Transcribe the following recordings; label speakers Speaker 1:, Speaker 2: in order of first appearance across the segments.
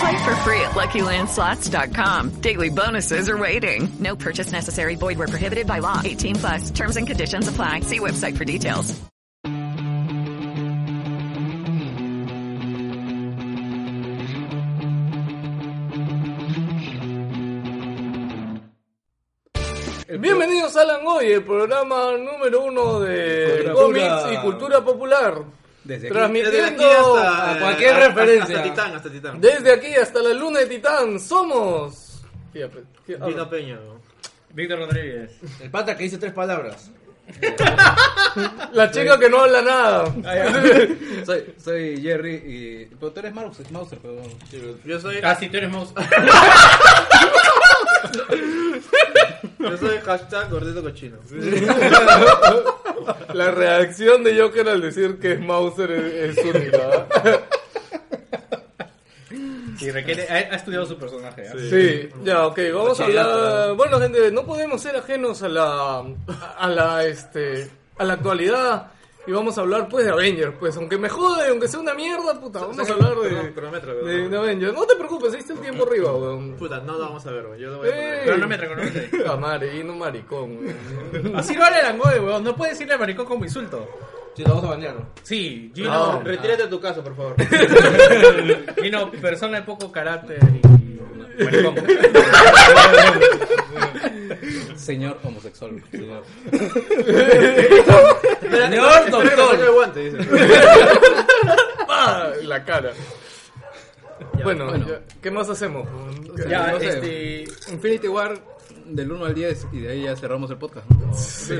Speaker 1: Play for free at LuckyLandSlots.com. Daily bonuses are waiting. No purchase necessary. Void were prohibited by law. 18 plus. Terms and conditions apply. See website for details.
Speaker 2: Bienvenidos a Langoy, el programa número uno de
Speaker 3: Cultura-
Speaker 2: cómics y cultura popular.
Speaker 3: Desde aquí-
Speaker 2: transmitiendo
Speaker 3: desde aquí hasta, eh,
Speaker 2: a cualquier
Speaker 3: hasta-
Speaker 2: referencia.
Speaker 3: Hasta Titán, hasta Titán.
Speaker 2: Desde aquí hasta la luna de Titán somos. Fíjate, ¿qué hablo?
Speaker 4: Vito Peña. ¿no?
Speaker 3: Víctor Rodríguez.
Speaker 4: El pata que dice tres palabras.
Speaker 2: La chica que no habla nada.
Speaker 3: Ah,
Speaker 4: soy, soy Jerry y. Pero tú eres Mauser, Mauser pero.
Speaker 3: Yo soy. Ah, sí, tú eres mouse.
Speaker 4: Yo soy hashtag gordito cochino.
Speaker 2: La reacción de Joker al decir que Mauser es, es única.
Speaker 3: Y requiere. Ha, ha estudiado su personaje. ¿ah?
Speaker 2: Sí, ya, ok, vamos a hablar. Bueno, gente, no podemos ser ajenos a la. a la, este. a la actualidad. Y vamos a hablar, pues, de Avengers, pues, aunque me jode, aunque sea una mierda, puta, vamos a hablar
Speaker 4: Perdón,
Speaker 2: de.
Speaker 4: cronómetro,
Speaker 2: de,
Speaker 4: weón.
Speaker 2: de Avengers. No te preocupes, ahí está el tiempo arriba, weón.
Speaker 4: Puta, no lo vamos a ver, weón. Yo lo voy a
Speaker 2: Ey.
Speaker 4: poner.
Speaker 3: Cronómetro, cronómetro.
Speaker 2: Ah, madre, y no maricón, weón.
Speaker 3: Así no habla el Angoy, weón. No puedes decirle maricón como insulto.
Speaker 4: Si lo vamos a banear, ¿no?
Speaker 3: Sí,
Speaker 2: No.
Speaker 3: Gino.
Speaker 4: Retírate de tu casa, por favor.
Speaker 3: Gino, persona de poco carácter y. Maricón.
Speaker 5: Señor homosexual. Señor.
Speaker 4: Señor
Speaker 5: doctor.
Speaker 4: el guante, dice.
Speaker 2: ¡Pah! La cara. bueno, ya, ¿qué más hacemos? weón?
Speaker 3: ya,
Speaker 5: no sé.
Speaker 3: este.
Speaker 5: Infinity War del 1 al 10 y de ahí ya cerramos el podcast. ¿no?
Speaker 2: Sí,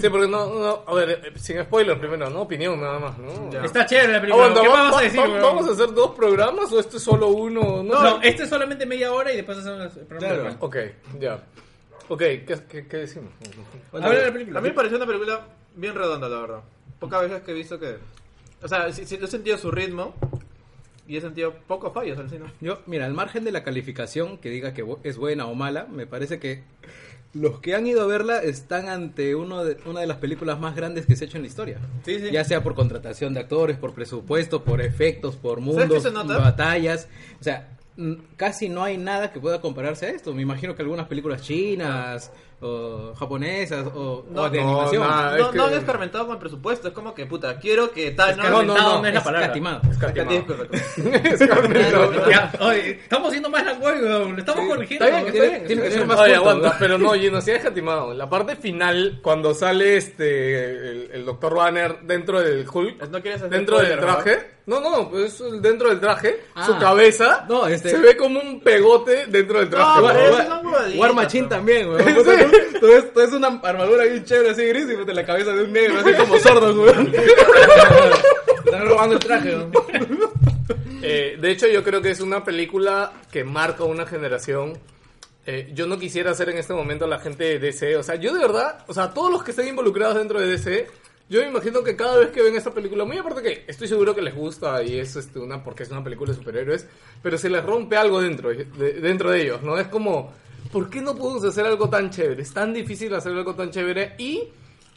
Speaker 2: sí, porque no, no, a ver, eh, sin spoiler primero, ¿no? Opinión nada más, ¿no?
Speaker 3: Está chévere la
Speaker 2: Ah,
Speaker 3: película.
Speaker 2: bueno,
Speaker 3: ¿Qué
Speaker 2: va-
Speaker 3: más vas
Speaker 2: va-
Speaker 3: a decir,
Speaker 2: va-
Speaker 3: weón?
Speaker 2: ¿Vamos a hacer dos programas o este es solo uno? No,
Speaker 3: No, este es solamente media hora y después hacemos el programa.
Speaker 2: Ok, ya. Ok, ¿qué, qué, qué decimos?
Speaker 3: Habla de la película.
Speaker 4: A mí me pareció una película bien redonda, la verdad. Pocas veces que he visto que. O sea, si, si- yo he sentido su ritmo y he sentido pocos fallos al cine.
Speaker 5: Yo, mira, al margen de la calificación que diga que bu- es buena o mala, me parece que los que han ido a verla están ante uno de, una de las películas más grandes que se ha hecho en la historia.
Speaker 4: Sí, sí.
Speaker 5: Ya sea por contratación de actores, por presupuesto, por efectos, por
Speaker 4: ¿Sabes qué
Speaker 5: mundos,
Speaker 4: se nota?
Speaker 5: batallas. O sea, mm, casi no hay nada que pueda compararse a esto. Me imagino que algunas películas chinas o japonesas o,
Speaker 4: No,
Speaker 5: o de
Speaker 2: no,
Speaker 5: animación.
Speaker 2: nada. Ah, es
Speaker 4: no,
Speaker 2: que-
Speaker 4: no han escarmentado con el presupuesto, es como que puta, quiero que tal.
Speaker 3: No, no, no, no es la palabra.
Speaker 5: Escatimado.
Speaker 4: Escatimado, correcto.
Speaker 2: Está
Speaker 3: Ya, oye, estamos siendo más langoy, weón. Lo estamos corrigiendo.
Speaker 2: bien,
Speaker 3: weón.
Speaker 2: está bien.
Speaker 5: tiene que ser más
Speaker 2: Oye,
Speaker 5: corto,
Speaker 2: aguanta,
Speaker 5: ¿no?
Speaker 2: pero no, Gino, sí es escatimado. La parte final, cuando sale este el, el Dr. Banner dentro del Hulk,
Speaker 4: No quieres hacer
Speaker 2: dentro del
Speaker 4: spoiler, ¿verdad?
Speaker 2: traje, no, no, es el- dentro del traje,
Speaker 5: Ah.
Speaker 2: su cabeza
Speaker 5: No, este-
Speaker 2: se ve como un pegote dentro del traje.
Speaker 4: No,
Speaker 2: Bueno,
Speaker 4: pero
Speaker 2: bueno,
Speaker 4: esas son huevaditas,
Speaker 5: War Machine
Speaker 4: ¿no?
Speaker 5: también, weón. Puta, tú- tú ves- tú ves una armadura bien chévere así gris y puta, la cabeza de un negro así como sordo, weón. Están robando el traje, weón.
Speaker 2: Eh, de hecho, yo creo que es una película que marca una generación. Eh, yo no quisiera ser en este momento la gente de DC. O sea, yo de verdad, o sea, todos los que estén involucrados dentro de DC, yo me imagino que cada vez que ven esta película, muy aparte que estoy seguro que les gusta y es este, una, porque es una película de superhéroes, pero se les rompe algo dentro, de- dentro de ellos, ¿no? Es como, ¿por qué no podemos hacer algo tan chévere? Es tan difícil hacer algo tan chévere y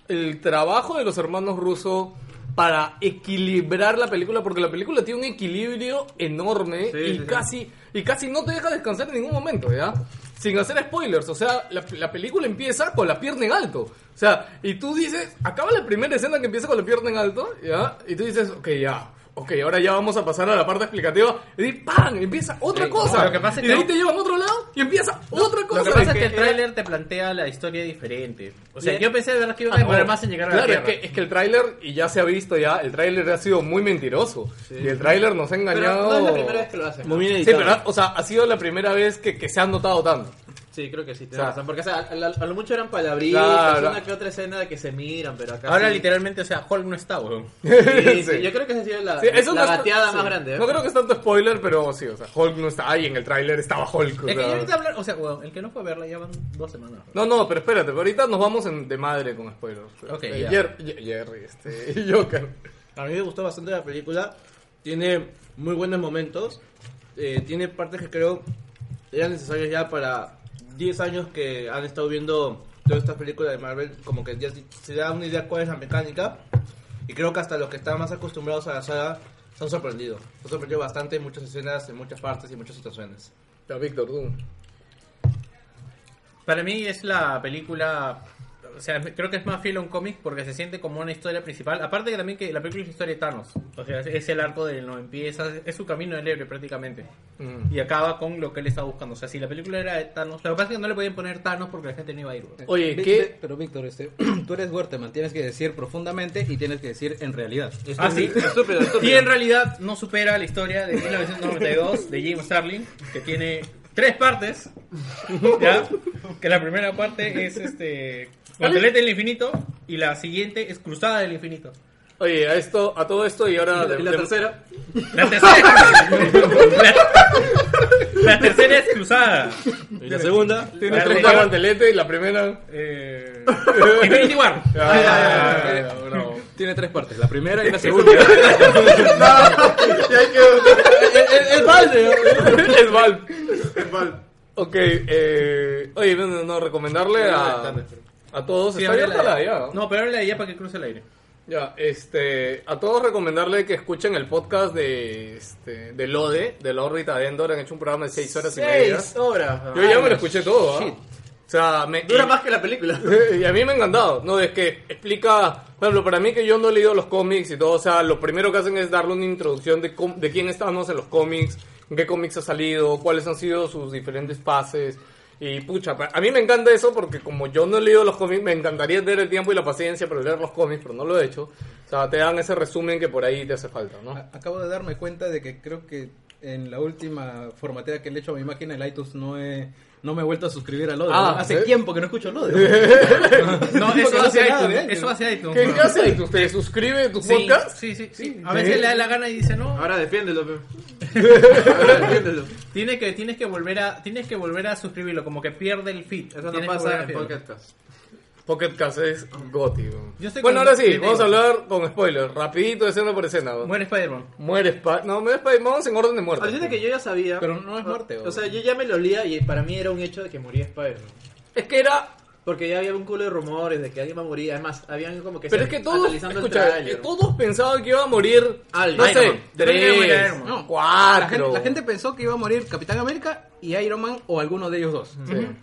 Speaker 2: el trabajo de los hermanos rusos para equilibrar la película, porque la película tiene un equilibrio enorme
Speaker 4: Sí,
Speaker 2: y
Speaker 4: sí, sí.
Speaker 2: casi y casi no te deja descansar en ningún momento, ¿ya? Sin hacer spoilers, o sea, la, la película empieza con la pierna en alto. O sea, y tú dices, acaba la primera escena que empieza con la pierna en alto, ¿ya? Y tú dices, ok, ya, ok, ahora ya vamos a pasar a la parte explicativa. Y ¡pam! Empieza otra
Speaker 3: Sí,
Speaker 2: cosa.
Speaker 3: lo que pasa es
Speaker 2: y de
Speaker 3: que-
Speaker 2: ahí te llevan a otro lado y empieza otra cosa.
Speaker 3: Lo que pasa es que el
Speaker 4: era-
Speaker 3: tráiler te plantea la historia diferente. O sea,
Speaker 2: Le-
Speaker 3: yo pensé de verdad que iba a
Speaker 2: Ah,
Speaker 3: demorar
Speaker 2: no.
Speaker 3: más en llegar a la
Speaker 2: claro,
Speaker 3: Tierra.
Speaker 2: es que, es que el tráiler, y ya se ha visto ya, el tráiler ha sido muy mentiroso. Y el tráiler nos ha
Speaker 4: Pero
Speaker 2: engañado.
Speaker 4: no es la primera vez que lo hacen.
Speaker 6: Muy bien
Speaker 2: Sí,
Speaker 6: editado.
Speaker 2: pero o sea, ha sido la primera vez que, que se han notado tanto.
Speaker 4: Sí, creo que sí, tienes
Speaker 2: O sea,
Speaker 4: razón. Porque o sea, a, a- a lo mucho eran palabritas,
Speaker 2: Claro.
Speaker 4: una que otra escena de que se miran, pero acá.
Speaker 3: Ahora
Speaker 4: sí.
Speaker 3: literalmente, o sea, Hulk no está, weón.
Speaker 4: Sí, sí,
Speaker 2: Sí.
Speaker 4: Yo creo que esa ha sido la,
Speaker 2: Sí, eso
Speaker 4: la
Speaker 2: no es-
Speaker 4: gateada
Speaker 2: sí.
Speaker 4: más grande. ¿eh?
Speaker 2: No creo que es tanto spoiler, pero sí, o sea, Hulk no está ahí en el tráiler, estaba Hulk. o
Speaker 3: Es que
Speaker 2: sea.
Speaker 3: yo ahorita hablar, o sea, weón, el que no fue a verla ya van dos semanas. pues.
Speaker 2: No, no, pero espérate, pero ahorita nos vamos en- de madre con spoilers.
Speaker 3: Ok,
Speaker 2: Eh,
Speaker 3: ya.
Speaker 2: Jer- Jer- Jerry, este, Joker.
Speaker 6: A mí me gustó bastante la película. Tiene muy buenos momentos. Eh, tiene partes que creo eran necesarias ya para 10 años que han estado viendo todas estas películas de Marvel. Como que ya se- se da una idea cuál es la mecánica. Y creo que hasta los que están más acostumbrados a la saga se han sorprendido. Se han sorprendido bastante en muchas escenas, en muchas partes y en muchas situaciones.
Speaker 2: Ya, Víctor, tú.
Speaker 3: Para mí es la película, o sea, creo que es más fiel a un cómic porque se siente como una historia principal. Aparte que también que la película es la historia de Thanos. O sea, es- es el arco de no empieza, es su camino del héroe prácticamente.
Speaker 2: Mm.
Speaker 3: Y acaba con lo que él está buscando. O sea, si la película era de Thanos, lo que pasa es que no le podían poner Thanos porque la gente no iba a ir. weón.
Speaker 2: Oye,
Speaker 5: Ve-
Speaker 2: ¿qué?
Speaker 5: ve- Pero Víctor, este, tú eres Werteman, tienes que decir profundamente y tienes que decir en realidad.
Speaker 3: Ah, sí.
Speaker 4: Estúpido, estúpido.
Speaker 3: Y en realidad no supera la historia de 1992 de Jim Starlin, que tiene tres partes. ¿ya? Que la primera parte es este. Guantelete del infinito y la siguiente es Cruzada del infinito.
Speaker 2: Oye, a esto, a todo esto y ahora... de-
Speaker 4: Y la
Speaker 2: de-
Speaker 4: tercera.
Speaker 3: La tercera, la, la tercera es Cruzada.
Speaker 6: Y la segunda,
Speaker 2: Tienes
Speaker 3: Dale,
Speaker 2: treinta
Speaker 3: ya.
Speaker 2: guantelete y la primera...
Speaker 3: Eh, Infinity War.
Speaker 2: Ah, bravo.
Speaker 5: Tiene tres partes, la primera y la segunda.
Speaker 6: el balde.
Speaker 2: es Val. Es Val. Ok, eh, oye, no, no, no, recomendarle a, a todos.
Speaker 3: Sí,
Speaker 2: Está abierta la
Speaker 3: ábrela
Speaker 2: ya.
Speaker 3: No, pero ábrela ya para que cruce el aire.
Speaker 2: Ya, este, a todos recomendarle que escuchen el podcast de, este, de Lode, de la órbita de Endor. Han hecho un programa de 6 horas y media.
Speaker 4: Seis horas.
Speaker 2: Yo ya me lo escuché todo. ¿ah? O sea, me,
Speaker 4: Dura más que la película.
Speaker 2: Eh, y a mí me ha encantado, ¿no? Es que explica, por ejemplo, para mí que yo no he leído los cómics y todo, o sea, lo primero que hacen es darle una introducción de, cómo- de quién estábamos en los cómics, en qué cómics ha salido, cuáles han sido sus diferentes pases. Y pucha, pa- a mí me encanta eso porque como yo no he leído los cómics, me encantaría tener el tiempo y la paciencia para leer los cómics, pero no lo he hecho. O sea, te dan ese resumen que por ahí te hace falta, ¿no?
Speaker 5: A- Acabo de darme cuenta de que creo que en la última formatea que le he hecho a mi máquina, el iTunes no he- no me he vuelto a suscribir a Lode.
Speaker 2: Ah,
Speaker 5: Hace
Speaker 2: ¿eh?
Speaker 5: tiempo que no escucho Lode.
Speaker 3: No,
Speaker 5: Porque
Speaker 3: eso
Speaker 5: no hace
Speaker 3: hace
Speaker 5: nada,
Speaker 3: iTunes.
Speaker 5: ¿eh?
Speaker 3: Eso hace iTunes.
Speaker 2: ¿Qué,
Speaker 3: weón.
Speaker 2: qué haces? ¿Usted suscribe tu
Speaker 3: Sí,
Speaker 2: podcast?
Speaker 3: Sí, sí, sí. A veces le da la gana y dice, no,
Speaker 4: Ahora defiéndelo, pe. Ahora defiéndelo.
Speaker 3: tiene que, tienes, que volver a, tienes que volver a suscribirlo, como que pierde el feed.
Speaker 4: Eso
Speaker 3: Tienes
Speaker 4: no
Speaker 3: que volver a
Speaker 4: pasa en
Speaker 3: hacerlo.
Speaker 4: podcast.
Speaker 2: Pocket Cast es gótico.
Speaker 3: Yo estoy
Speaker 2: Bueno,
Speaker 3: con-
Speaker 2: ahora sí,
Speaker 3: ¿qué te
Speaker 2: vamos a
Speaker 3: digo?
Speaker 2: hablar con spoilers, rapidito, escena por escena. ¿no?
Speaker 3: Muere Spider-Man.
Speaker 2: Muere Spider. No, muere Spider. Vamos en orden de muerte.
Speaker 4: Alucina que Ah, yo ya sabía.
Speaker 5: Pero no es muerte,
Speaker 4: O,
Speaker 5: o-
Speaker 4: sea, yo ya me lo olía y para mí era un hecho de que moría Spider-Man.
Speaker 2: Es que era.
Speaker 4: Porque ya había un culo de rumores de que alguien va a morir. Además, habían como que.
Speaker 2: Pero
Speaker 4: se-
Speaker 2: es que todos.
Speaker 4: Analizando el
Speaker 2: Escucha,
Speaker 4: tráiler. Ah,
Speaker 2: eh, todos pensaban que iba a morir.
Speaker 4: Alguien.
Speaker 2: No
Speaker 4: Iron
Speaker 2: sé,
Speaker 4: Man.
Speaker 3: Yo pensé que iba a morir
Speaker 2: tres,
Speaker 3: Iron Man.
Speaker 2: no,
Speaker 5: La gente,
Speaker 2: cuatro.
Speaker 5: la gente pensó que iba a morir Capitán América y Iron Man o alguno de ellos dos.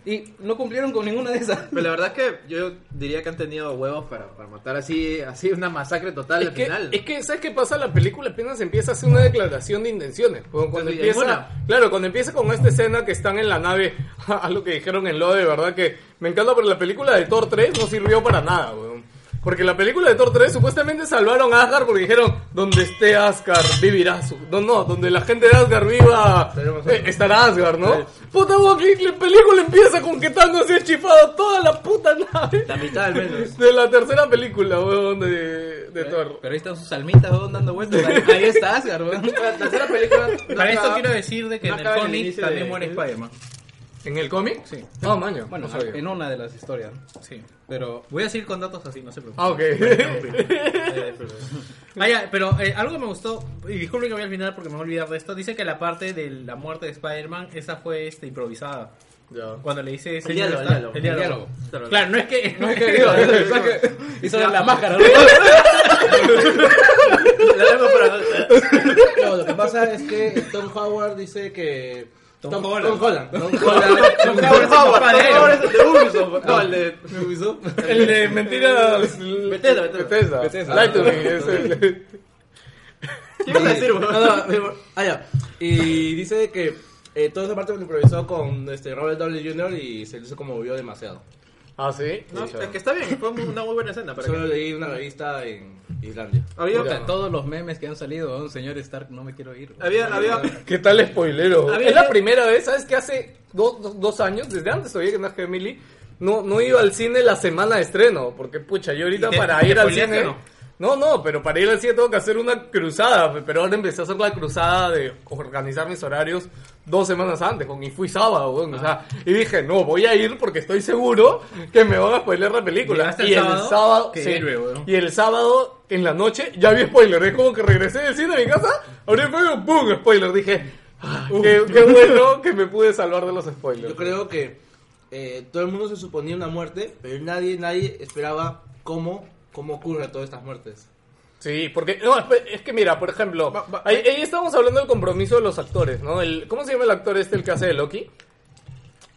Speaker 5: Y no cumplieron con ninguna de esas.
Speaker 4: Pero la verdad es que yo diría que han tenido huevos para, para matar así, así una masacre total
Speaker 2: Es
Speaker 4: al
Speaker 2: que,
Speaker 4: final.
Speaker 2: es que, ¿sabes qué pasa? La película apenas empieza a hacer una declaración de intenciones. Cuando, cuando
Speaker 4: Sí, sí,
Speaker 2: empieza,
Speaker 4: ninguna.
Speaker 2: claro, cuando empieza con esta escena que están en la nave, algo que dijeron en lo de verdad que me encanta, pero la película de Thor 3 no sirvió para nada, weón. Porque la película de Thor 3 supuestamente salvaron a Asgard porque dijeron, donde esté Asgard vivirá su... No, no, donde la gente de Asgard viva eh, estará Asgard, ¿no? Puta, weón, la película empieza con que Thanos se ha chifado toda la puta nave.
Speaker 4: La mitad al menos.
Speaker 2: De la tercera película, weón, de, de Thor.
Speaker 5: Pero ahí están sus almitas weón, dando vueltas. Ahí, ahí está Asgard, weón.
Speaker 4: La tercera película. no
Speaker 3: Para esto
Speaker 4: acaba-
Speaker 3: quiero decir de que
Speaker 4: no
Speaker 3: en el
Speaker 4: acaba el
Speaker 3: cómic
Speaker 4: inicio
Speaker 3: también
Speaker 4: de-
Speaker 3: muere Spider-Man.
Speaker 2: ¿En el cómic?
Speaker 3: Sí.
Speaker 2: No, maño.
Speaker 5: Bueno,
Speaker 2: no sabía.
Speaker 5: en una de las historias.
Speaker 3: Sí.
Speaker 5: Pero
Speaker 3: Voy a seguir con datos así, no se preocupen.
Speaker 2: Ah, ok.
Speaker 3: Ah, ya, pero eh, algo que me gustó, y disculpen que voy al final porque me voy a olvidar de esto, dice que la parte de la muerte de Spider-Man, esa fue este, improvisada.
Speaker 6: Ya.
Speaker 3: Cuando le dice
Speaker 6: El diálogo,
Speaker 3: señor
Speaker 6: el
Speaker 3: Stark-
Speaker 6: diálogo.
Speaker 3: el diálogo.
Speaker 5: El diálogo.
Speaker 3: Claro, Claro, no es que.
Speaker 5: No es que digo, hizo la máscara, ¿no?
Speaker 6: No, lo que pasa es que Tom Howard dice que.
Speaker 3: Tom Holland.
Speaker 6: Tom Holland. Tom Holland. Tom
Speaker 3: Howard es el papá de Iron Man.
Speaker 6: es el de Ubisoft. No, el de.
Speaker 2: El de mentiras.
Speaker 6: Bethesda,
Speaker 2: Bethesda.
Speaker 6: Bethesda.
Speaker 2: Lie to me, es el-
Speaker 6: ¿Qué ibas a decir, bro? No, no, ah, ya. Y dice que eh, toda esa parte lo improvisó con este, Robert Downey Jr. y se se conmovió demasiado.
Speaker 2: Ah, sí.
Speaker 4: No,
Speaker 2: Sí.
Speaker 4: es que está bien, fue una muy buena escena. Para
Speaker 6: Solo
Speaker 4: que...
Speaker 6: leí una revista en Islandia.
Speaker 4: Había,
Speaker 5: Puta, todos los memes que han salido, un señor Stark, no me quiero ir.
Speaker 4: había, había,
Speaker 2: ¿Qué tal spoilero?
Speaker 4: Había-
Speaker 2: Es la primera vez, ¿sabes? Que hace dos, dos- dos años, desde antes todavía que nació Emily, no, no iba al cine la semana de estreno. Porque, pucha, yo ahorita
Speaker 4: ¿Y te-
Speaker 2: para
Speaker 4: te
Speaker 2: ir al
Speaker 4: spoileaste
Speaker 2: cine.
Speaker 4: o
Speaker 2: No, no, pero para ir al cine tengo que hacer una cruzada. pe- Pero ahora empecé a hacer la cruzada de organizar mis horarios dos semanas antes, con y fui sábado, weón, o sea, y dije, no, voy a ir porque estoy seguro que me van a spoiler la película.
Speaker 3: ¿Llegaste el
Speaker 2: Y el
Speaker 3: sábado?
Speaker 2: sábado,
Speaker 3: Qué
Speaker 2: sí,
Speaker 3: héroe, weón.
Speaker 2: y el sábado en la noche ya vi spoiler. Es como que regresé del cine a mi casa, abrí el juego, ¡pum! Spoiler. Dije, "Ah, qué, qué bueno que me pude salvar de los spoilers.
Speaker 6: Yo creo que eh, todo el mundo se suponía una muerte, pero nadie, nadie esperaba cómo, cómo ocurren todas estas muertes.
Speaker 2: Sí, porque, no, espe- es que mira, por ejemplo,
Speaker 4: Va- va-
Speaker 2: ahí, ahí estábamos hablando del compromiso de los actores, ¿no? El, ¿Cómo se llama el actor este, el que hace de Loki?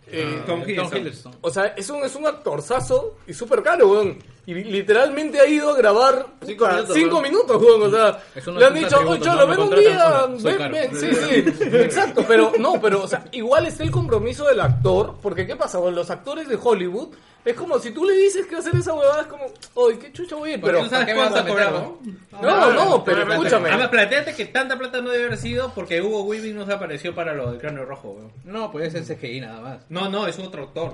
Speaker 2: Eh,
Speaker 3: Ah, Tom Hiddleston.
Speaker 2: O sea, es un, es un actorzazo y súper caro, weón. Y literalmente ha ido a grabar
Speaker 4: Cinco
Speaker 2: puta,
Speaker 4: minutos,
Speaker 2: cinco
Speaker 4: weón.
Speaker 2: minutos, weón. O sea,
Speaker 5: Es una
Speaker 2: le han
Speaker 5: puta
Speaker 2: dicho,
Speaker 5: tributo,
Speaker 2: oye, cholo,
Speaker 5: no me
Speaker 2: ven un
Speaker 5: contratan
Speaker 2: día,
Speaker 5: sola, soy
Speaker 2: ven,
Speaker 5: caro".
Speaker 2: ven, sí, sí. Exacto, pero no, pero, o sea, igual está el compromiso del actor, porque ¿qué pasa, weón? Los actores de Hollywood es como si tú le dices que hacer esa huevada, es como, oye, qué chucha voy a ir,
Speaker 3: Pero
Speaker 2: pero.
Speaker 3: tú sabes
Speaker 5: qué me vas a
Speaker 3: cuánto
Speaker 5: meter,
Speaker 3: cobraba.
Speaker 2: No, no,
Speaker 5: Ah,
Speaker 2: pero escúchame.
Speaker 3: Además, planteate que tanta plata no debe haber sido porque Hugo Weaving no se apareció para lo del cráneo rojo, weón.
Speaker 5: No, pues es el CGI nada más.
Speaker 3: No, no, es otro actor.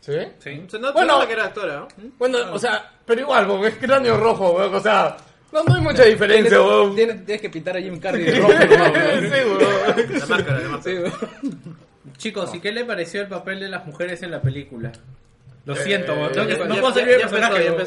Speaker 2: ¿Sí?
Speaker 3: Sí.
Speaker 4: se nota
Speaker 2: Bueno.
Speaker 4: que era actora, ¿no?
Speaker 2: Bueno, o sea, pero igual, weón, es cráneo rojo, weón, o sea, no, no hay mucha diferencia, weón.
Speaker 5: Tienes, tienes que pintar a Jim Carrey de rojo, nomás, weón.
Speaker 2: Sí, weón.
Speaker 4: La máscara, la
Speaker 5: Sí,
Speaker 4: máscara.
Speaker 5: weón.
Speaker 3: Chicos, ¿y qué le pareció el papel de las mujeres en la película? Lo siento,
Speaker 2: Eh,
Speaker 3: weón. Tengo que-
Speaker 4: ya-
Speaker 3: no
Speaker 4: ya-
Speaker 3: puedo salir del
Speaker 4: ya empezó,
Speaker 3: personaje.
Speaker 4: ya
Speaker 3: weón.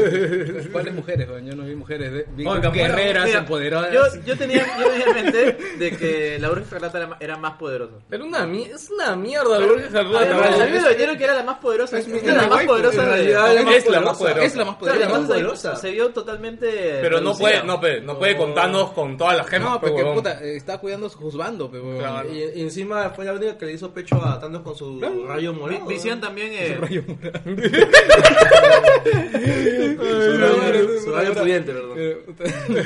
Speaker 4: empezó, ya.
Speaker 5: Pues, ¿Cuáles mujeres, weón? Yo no vi mujeres. ve- Vi
Speaker 3: Oiga,
Speaker 5: guerreras
Speaker 4: Mira,
Speaker 5: empoderadas.
Speaker 4: Yo, yo, tenía, yo tenía en mente de que la bruja escarlata era, ma- era más poderosa.
Speaker 2: Pero una mie- es una mierda, weón, esa rueda,
Speaker 4: Además, a mí
Speaker 2: weón.
Speaker 4: me dijeron que era la más poderosa. Es
Speaker 6: mi-
Speaker 4: la más
Speaker 6: waifu,
Speaker 4: poderosa
Speaker 6: en
Speaker 4: de
Speaker 6: realidad,
Speaker 4: Claro,
Speaker 6: es la más
Speaker 2: poderosa.
Speaker 5: Es la más poderosa.
Speaker 4: la más
Speaker 6: más
Speaker 4: poderosa.
Speaker 6: poderosa.
Speaker 4: Se vio totalmente.
Speaker 2: Pero no
Speaker 4: reducida.
Speaker 2: puede, no puede, no puede contarnos con todas las gemas,
Speaker 5: No,
Speaker 2: pues,
Speaker 5: porque
Speaker 2: weón.
Speaker 5: puta, eh, está cuidando su juzgando, pero
Speaker 2: Claro.
Speaker 6: Y, y encima fue la única que le hizo pecho a Thanos con su rayo
Speaker 4: Vi-
Speaker 6: morado.
Speaker 4: Visión también. eh,
Speaker 6: Su rayo- su rayo
Speaker 5: Ahora,
Speaker 6: pudiente, perdón.
Speaker 5: eh, puta,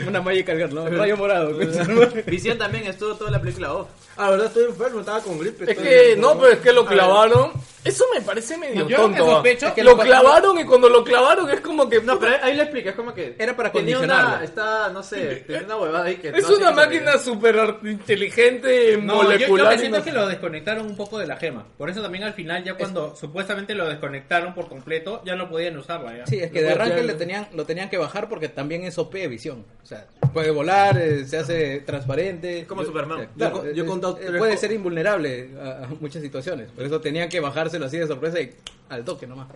Speaker 5: Una malla cargar, ¿no? Rayo morado. pues.
Speaker 4: Visión también estuvo toda la película oh. off.
Speaker 6: Ah, verdad, estoy enfermo, estaba con gripe.
Speaker 2: Es
Speaker 6: estoy-
Speaker 2: que, no, pero es que lo clavaron. Eso me parece
Speaker 3: Yo lo
Speaker 2: medio
Speaker 3: que
Speaker 2: tonto. ah.
Speaker 3: sospecho-
Speaker 2: Es que lo clavaron y cuando lo clavaron es como que.
Speaker 4: No,
Speaker 2: puta,
Speaker 4: pero ahí- ahí le explica, es como que.
Speaker 5: Era para
Speaker 4: tenía
Speaker 5: condicionarla.
Speaker 4: una. Está, no sé, tenía una huevada ahí que.
Speaker 2: es
Speaker 4: no sé
Speaker 2: una
Speaker 4: qué sabía.
Speaker 2: máquina súper ar- inteligente,
Speaker 3: No, yo- yo, lo
Speaker 2: molecular.
Speaker 3: que
Speaker 2: y
Speaker 3: siento
Speaker 2: no-
Speaker 3: es que lo desconectaron un poco de la gema. Por eso también al final, ya cuando supuestamente lo desconectaron por completo, ya no podían usarla. Ya.
Speaker 5: Sí, es que de arranque le tenían, lo tenían que bajar porque también es OP de visión. O sea, puede volar, eh, se hace transparente.
Speaker 4: como Superman.
Speaker 5: eh,
Speaker 6: Yo- yo he
Speaker 5: es-
Speaker 6: contado
Speaker 5: eh,
Speaker 6: tres
Speaker 5: puede
Speaker 6: co-
Speaker 5: ser invulnerable a, a muchas situaciones. Por eso tenían que bajárselo así de sorpresa y al toque nomás.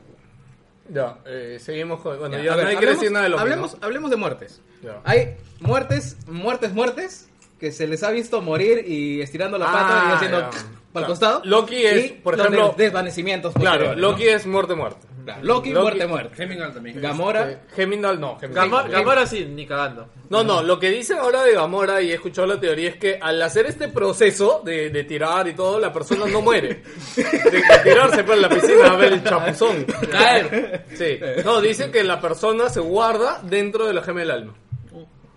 Speaker 2: Ya, eh, seguimos con. Bueno,
Speaker 5: Ya,
Speaker 2: ya,
Speaker 5: a ver,
Speaker 2: no hay que decir nada de lo
Speaker 5: hablemos, hablemos de muertes.
Speaker 2: Ya.
Speaker 5: Hay muertes, muertes, muertes que se les ha visto morir y estirando la
Speaker 2: Ah,
Speaker 5: pata y haciendo
Speaker 2: ya.
Speaker 5: para el
Speaker 2: Claro.
Speaker 5: costado.
Speaker 2: Loki es,
Speaker 5: Y
Speaker 2: por
Speaker 5: los
Speaker 2: ejemplo-
Speaker 5: des- desvanecimientos.
Speaker 2: Claro,
Speaker 5: posteriores, ¿no?
Speaker 2: Loki es muerte, muerte.
Speaker 5: Claro, Loki,
Speaker 2: Loki-
Speaker 5: muerte, muerte.
Speaker 3: Hemingway también.
Speaker 5: Gamora.
Speaker 2: Eh, Gemindal no, Gemindal.
Speaker 4: Gamora, Gamora sí, ni cagando.
Speaker 2: No, no, lo que dicen ahora de Gamora, y he escuchado la teoría, es que al hacer este proceso de, de tirar y todo, la persona no muere. De, de tirarse por la piscina a ver el chapuzón. Caer. Sí. No, dicen que la persona se guarda dentro de la gema del alma.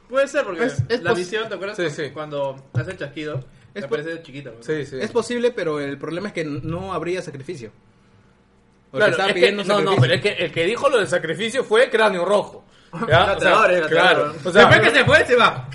Speaker 4: Puede ser, porque
Speaker 5: es
Speaker 4: la
Speaker 5: pos-
Speaker 4: visión, ¿te acuerdas?
Speaker 2: Sí, sí.
Speaker 4: Cuando hace el chasquido,
Speaker 5: Es
Speaker 4: es
Speaker 5: po-
Speaker 4: parece chiquita. pues. ¿no?
Speaker 2: Sí, sí.
Speaker 5: Es posible, pero el problema es que no habría sacrificio. Porque
Speaker 2: Claro,
Speaker 5: estaba
Speaker 2: es que-
Speaker 5: pidiendo
Speaker 2: no, no,
Speaker 5: sacrificio.
Speaker 2: pero es que el que dijo lo del sacrificio fue Cráneo Rojo. ¿Ya? O sea,
Speaker 4: Matador, eh,
Speaker 2: claro.
Speaker 4: matador.
Speaker 2: O sea,
Speaker 3: Después que se fue, se va.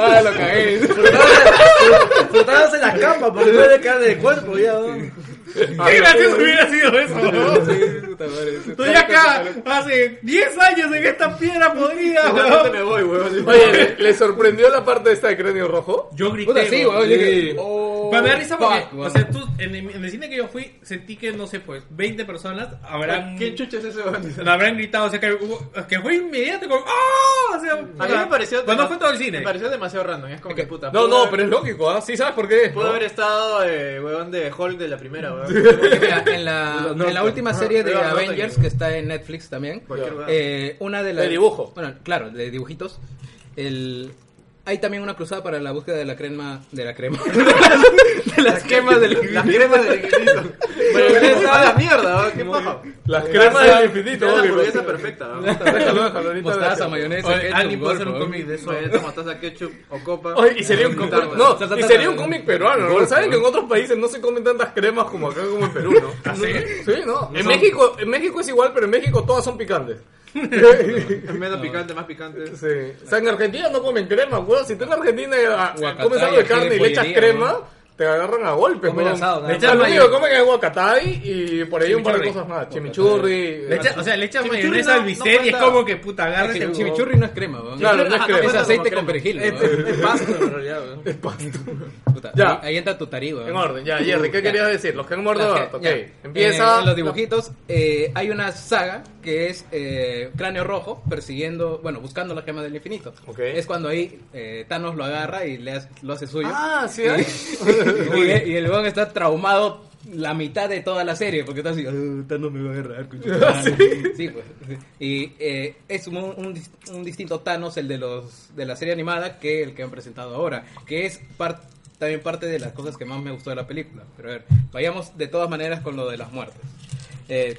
Speaker 5: Ah, lo cagué.
Speaker 6: Flotándose en la cama porque no le cae del cuerpo ya. ¿no?
Speaker 3: Qué gracioso hubiera sido eso. ¿no?
Speaker 5: Puta madre.
Speaker 3: Estoy acá hace 10 años en esta piedra podrida.
Speaker 4: Igualmente
Speaker 3: weón.
Speaker 4: me voy, weón.
Speaker 2: oye, ¿le, le sorprendió la parte esta de Cráneo Rojo?
Speaker 3: Yo grité.
Speaker 5: Puta, sí,
Speaker 3: weón.
Speaker 5: weón, yo que- oh,
Speaker 3: Pero me da risa porque,
Speaker 5: fuck,
Speaker 3: o
Speaker 5: weón.
Speaker 3: sea, tú, en, el- en el cine que yo fui, sentí que, no sé, pues, 20 personas habrán,
Speaker 4: ¿Qué chucha es ese weón?
Speaker 3: no habrán gritado, o sea, que, hubo- que fue inmediato, como, ¡ah! O sea,
Speaker 4: A mí me pareció.
Speaker 3: Cuando
Speaker 4: dema-
Speaker 3: fue todo el cine.
Speaker 4: Me pareció demasiado random. Es como que puta.
Speaker 2: No,
Speaker 4: pudo
Speaker 2: no,
Speaker 4: haber-
Speaker 2: pero es lógico, ¿ah? Sí, ¿sabes por qué?
Speaker 4: Pudo
Speaker 2: ¿No?
Speaker 4: haber estado, eh, huevón de Hulk de la primera, huevón.
Speaker 5: Porque mira, en la,
Speaker 4: Norton.
Speaker 5: en la última serie de
Speaker 4: Edward Norton.
Speaker 5: Avengers que está en Netflix también,
Speaker 4: Cualquier lugar.
Speaker 5: eh, una de las
Speaker 2: De dibujo.
Speaker 5: bueno, claro, de dibujitos, el hay también una cruzada para la búsqueda de la crema, de la crema, de las, de las cremas del
Speaker 4: Las cremas del infinito. Pero a la mierda, weón, ¿qué paja?
Speaker 2: Las cremas del infinito,
Speaker 4: Es la
Speaker 2: obvio.
Speaker 4: hamburguesa perfecta, weón.
Speaker 2: Déjalo, déjalo, ahorita
Speaker 5: mostaza,
Speaker 2: déjalo.
Speaker 5: mayonesa,
Speaker 3: Oye,
Speaker 5: ketchup,
Speaker 3: alguien puede hacer un
Speaker 5: gordo,
Speaker 3: cómic de eso.
Speaker 4: Mayonesa, mostaza, ketchup o copa.
Speaker 2: Oye, y sería un cómic,
Speaker 4: Tarta.
Speaker 2: no,
Speaker 5: Tarta,
Speaker 2: y
Speaker 5: tarta,
Speaker 2: sería un
Speaker 5: tarta.
Speaker 2: cómic peruano, ¿no? Saben que en otros países no se comen tantas cremas como acá como en Perú, ¿no?
Speaker 5: ¿Ah,
Speaker 2: sí? no. En México, en México es igual, pero en México todas son picantes.
Speaker 4: Es menos picante, más picante.
Speaker 2: Sí. O sea, en Argentina no comen crema, weón. Si tú en Argentina ah,
Speaker 5: Guacatay,
Speaker 2: comes algo de carne y le echas
Speaker 5: pollería,
Speaker 2: crema,
Speaker 5: ¿no?
Speaker 2: te agarran a golpes,
Speaker 5: Comen
Speaker 2: weón.
Speaker 5: asado, nada
Speaker 2: Le echas
Speaker 5: más.
Speaker 2: lo único que comen es guacatay y por ahí un par de
Speaker 3: Chimichurri.
Speaker 2: cosas más. Chimichurri. eh,
Speaker 3: Le echa- o sea, le echas
Speaker 4: Chimichurri
Speaker 3: mayonesa
Speaker 4: no-
Speaker 3: al
Speaker 4: no
Speaker 3: bistec y es
Speaker 4: cuenta.
Speaker 3: como que, puta,
Speaker 5: Es
Speaker 3: agárrate.
Speaker 5: que el
Speaker 3: weón.
Speaker 5: chimichurri no es crema, weón.
Speaker 2: Claro, no es
Speaker 4: Ajá, no
Speaker 5: es
Speaker 2: crema.
Speaker 4: cuenta.
Speaker 5: aceite
Speaker 4: como
Speaker 5: con perejil. weón.
Speaker 6: Es pasto, en realidad, weón.
Speaker 5: Puta,
Speaker 2: Ya.
Speaker 5: ahí- Ahí entra tu tarigo.
Speaker 2: En orden, ya, Jerry, ¿qué
Speaker 5: Ya.
Speaker 2: querías decir? Los que han muerto,
Speaker 5: Las que-
Speaker 2: ok.
Speaker 5: ya.
Speaker 2: Empieza.
Speaker 5: Eh, en los dibujitos eh, hay una saga que es eh, Cráneo Rojo persiguiendo, bueno, buscando la gema del infinito.
Speaker 2: Ok.
Speaker 5: Es cuando ahí eh, Thanos lo agarra y le hace- lo hace suyo.
Speaker 2: Ah, sí,
Speaker 5: Y-
Speaker 2: hay.
Speaker 5: y, y el weón está traumado la mitad de toda la serie porque está así, "Ah, Thanos me va a agarrar. coño".
Speaker 2: Ah,
Speaker 5: Sí, pues. Y eh, es un, un dis- un distinto Thanos el de los de la serie animada que el que han presentado ahora, que es par- también parte de las cosas que más me gustó de la película. Pero a ver, vayamos de todas maneras con lo de las muertes. Eh,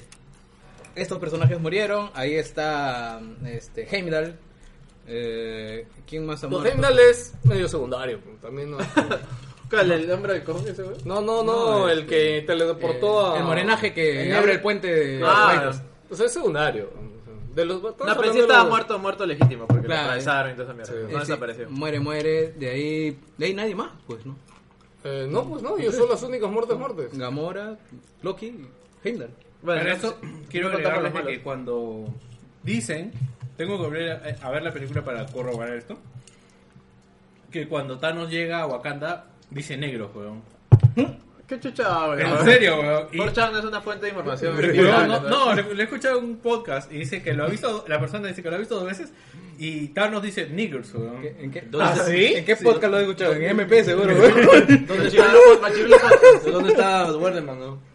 Speaker 5: estos personajes murieron, ahí está este Heimdall. eh, ¿Quién más ha
Speaker 2: Los
Speaker 5: muerto?
Speaker 2: Heimdall es medio secundario, pero también no.
Speaker 4: ¿Cuál? ¿El hombre de cojones ese, weón?
Speaker 2: No, no, no,
Speaker 5: No, este,
Speaker 2: el que teleportó
Speaker 5: Eh,
Speaker 2: a.
Speaker 5: El morenaje que
Speaker 2: En
Speaker 5: abre
Speaker 2: el-
Speaker 5: el puente de
Speaker 4: Ah,
Speaker 2: O sea, es secundario. De los estamos
Speaker 4: No, pero
Speaker 2: hablando
Speaker 4: sí
Speaker 2: de
Speaker 4: estaba
Speaker 2: los-
Speaker 4: muerto, muerto legítimo, porque lo
Speaker 5: Claro.
Speaker 4: atravesaron y toda esa mierda.
Speaker 2: Sí.
Speaker 4: No
Speaker 5: Eh, sí,
Speaker 4: desapareció.
Speaker 5: Muere, muere. De ahí. De ahí nadie más, pues, ¿no?
Speaker 2: Eh, no, pues no, ellos son las únicas muertes muertes.
Speaker 5: Gamora, Loki, Heimdall.
Speaker 4: Bueno,
Speaker 3: Pero eso, quiero
Speaker 4: no contamos
Speaker 3: agregarles
Speaker 4: los
Speaker 3: de que cuando dicen, tengo que volver a, a ver la película para corroborar esto, que cuando Thanos llega a Wakanda, dice negro, weón.
Speaker 4: ¿Qué chucha, weón?
Speaker 3: En serio, weón. Y-
Speaker 4: 4chan es una fuente de información.
Speaker 3: no, no, no, le, le he escuchado en un podcast y dice que lo ha visto, la persona dice que lo ha visto dos veces y Thanos dice niggers, weón.
Speaker 5: ¿Qué- ¿En qué,
Speaker 3: ¿Ah, sí?
Speaker 5: ¿En qué podcast lo he escuchado? En MP, seguro.
Speaker 4: ¿Dónde está? Machirulo Podcast.
Speaker 6: ¿Dónde está Werderman, no?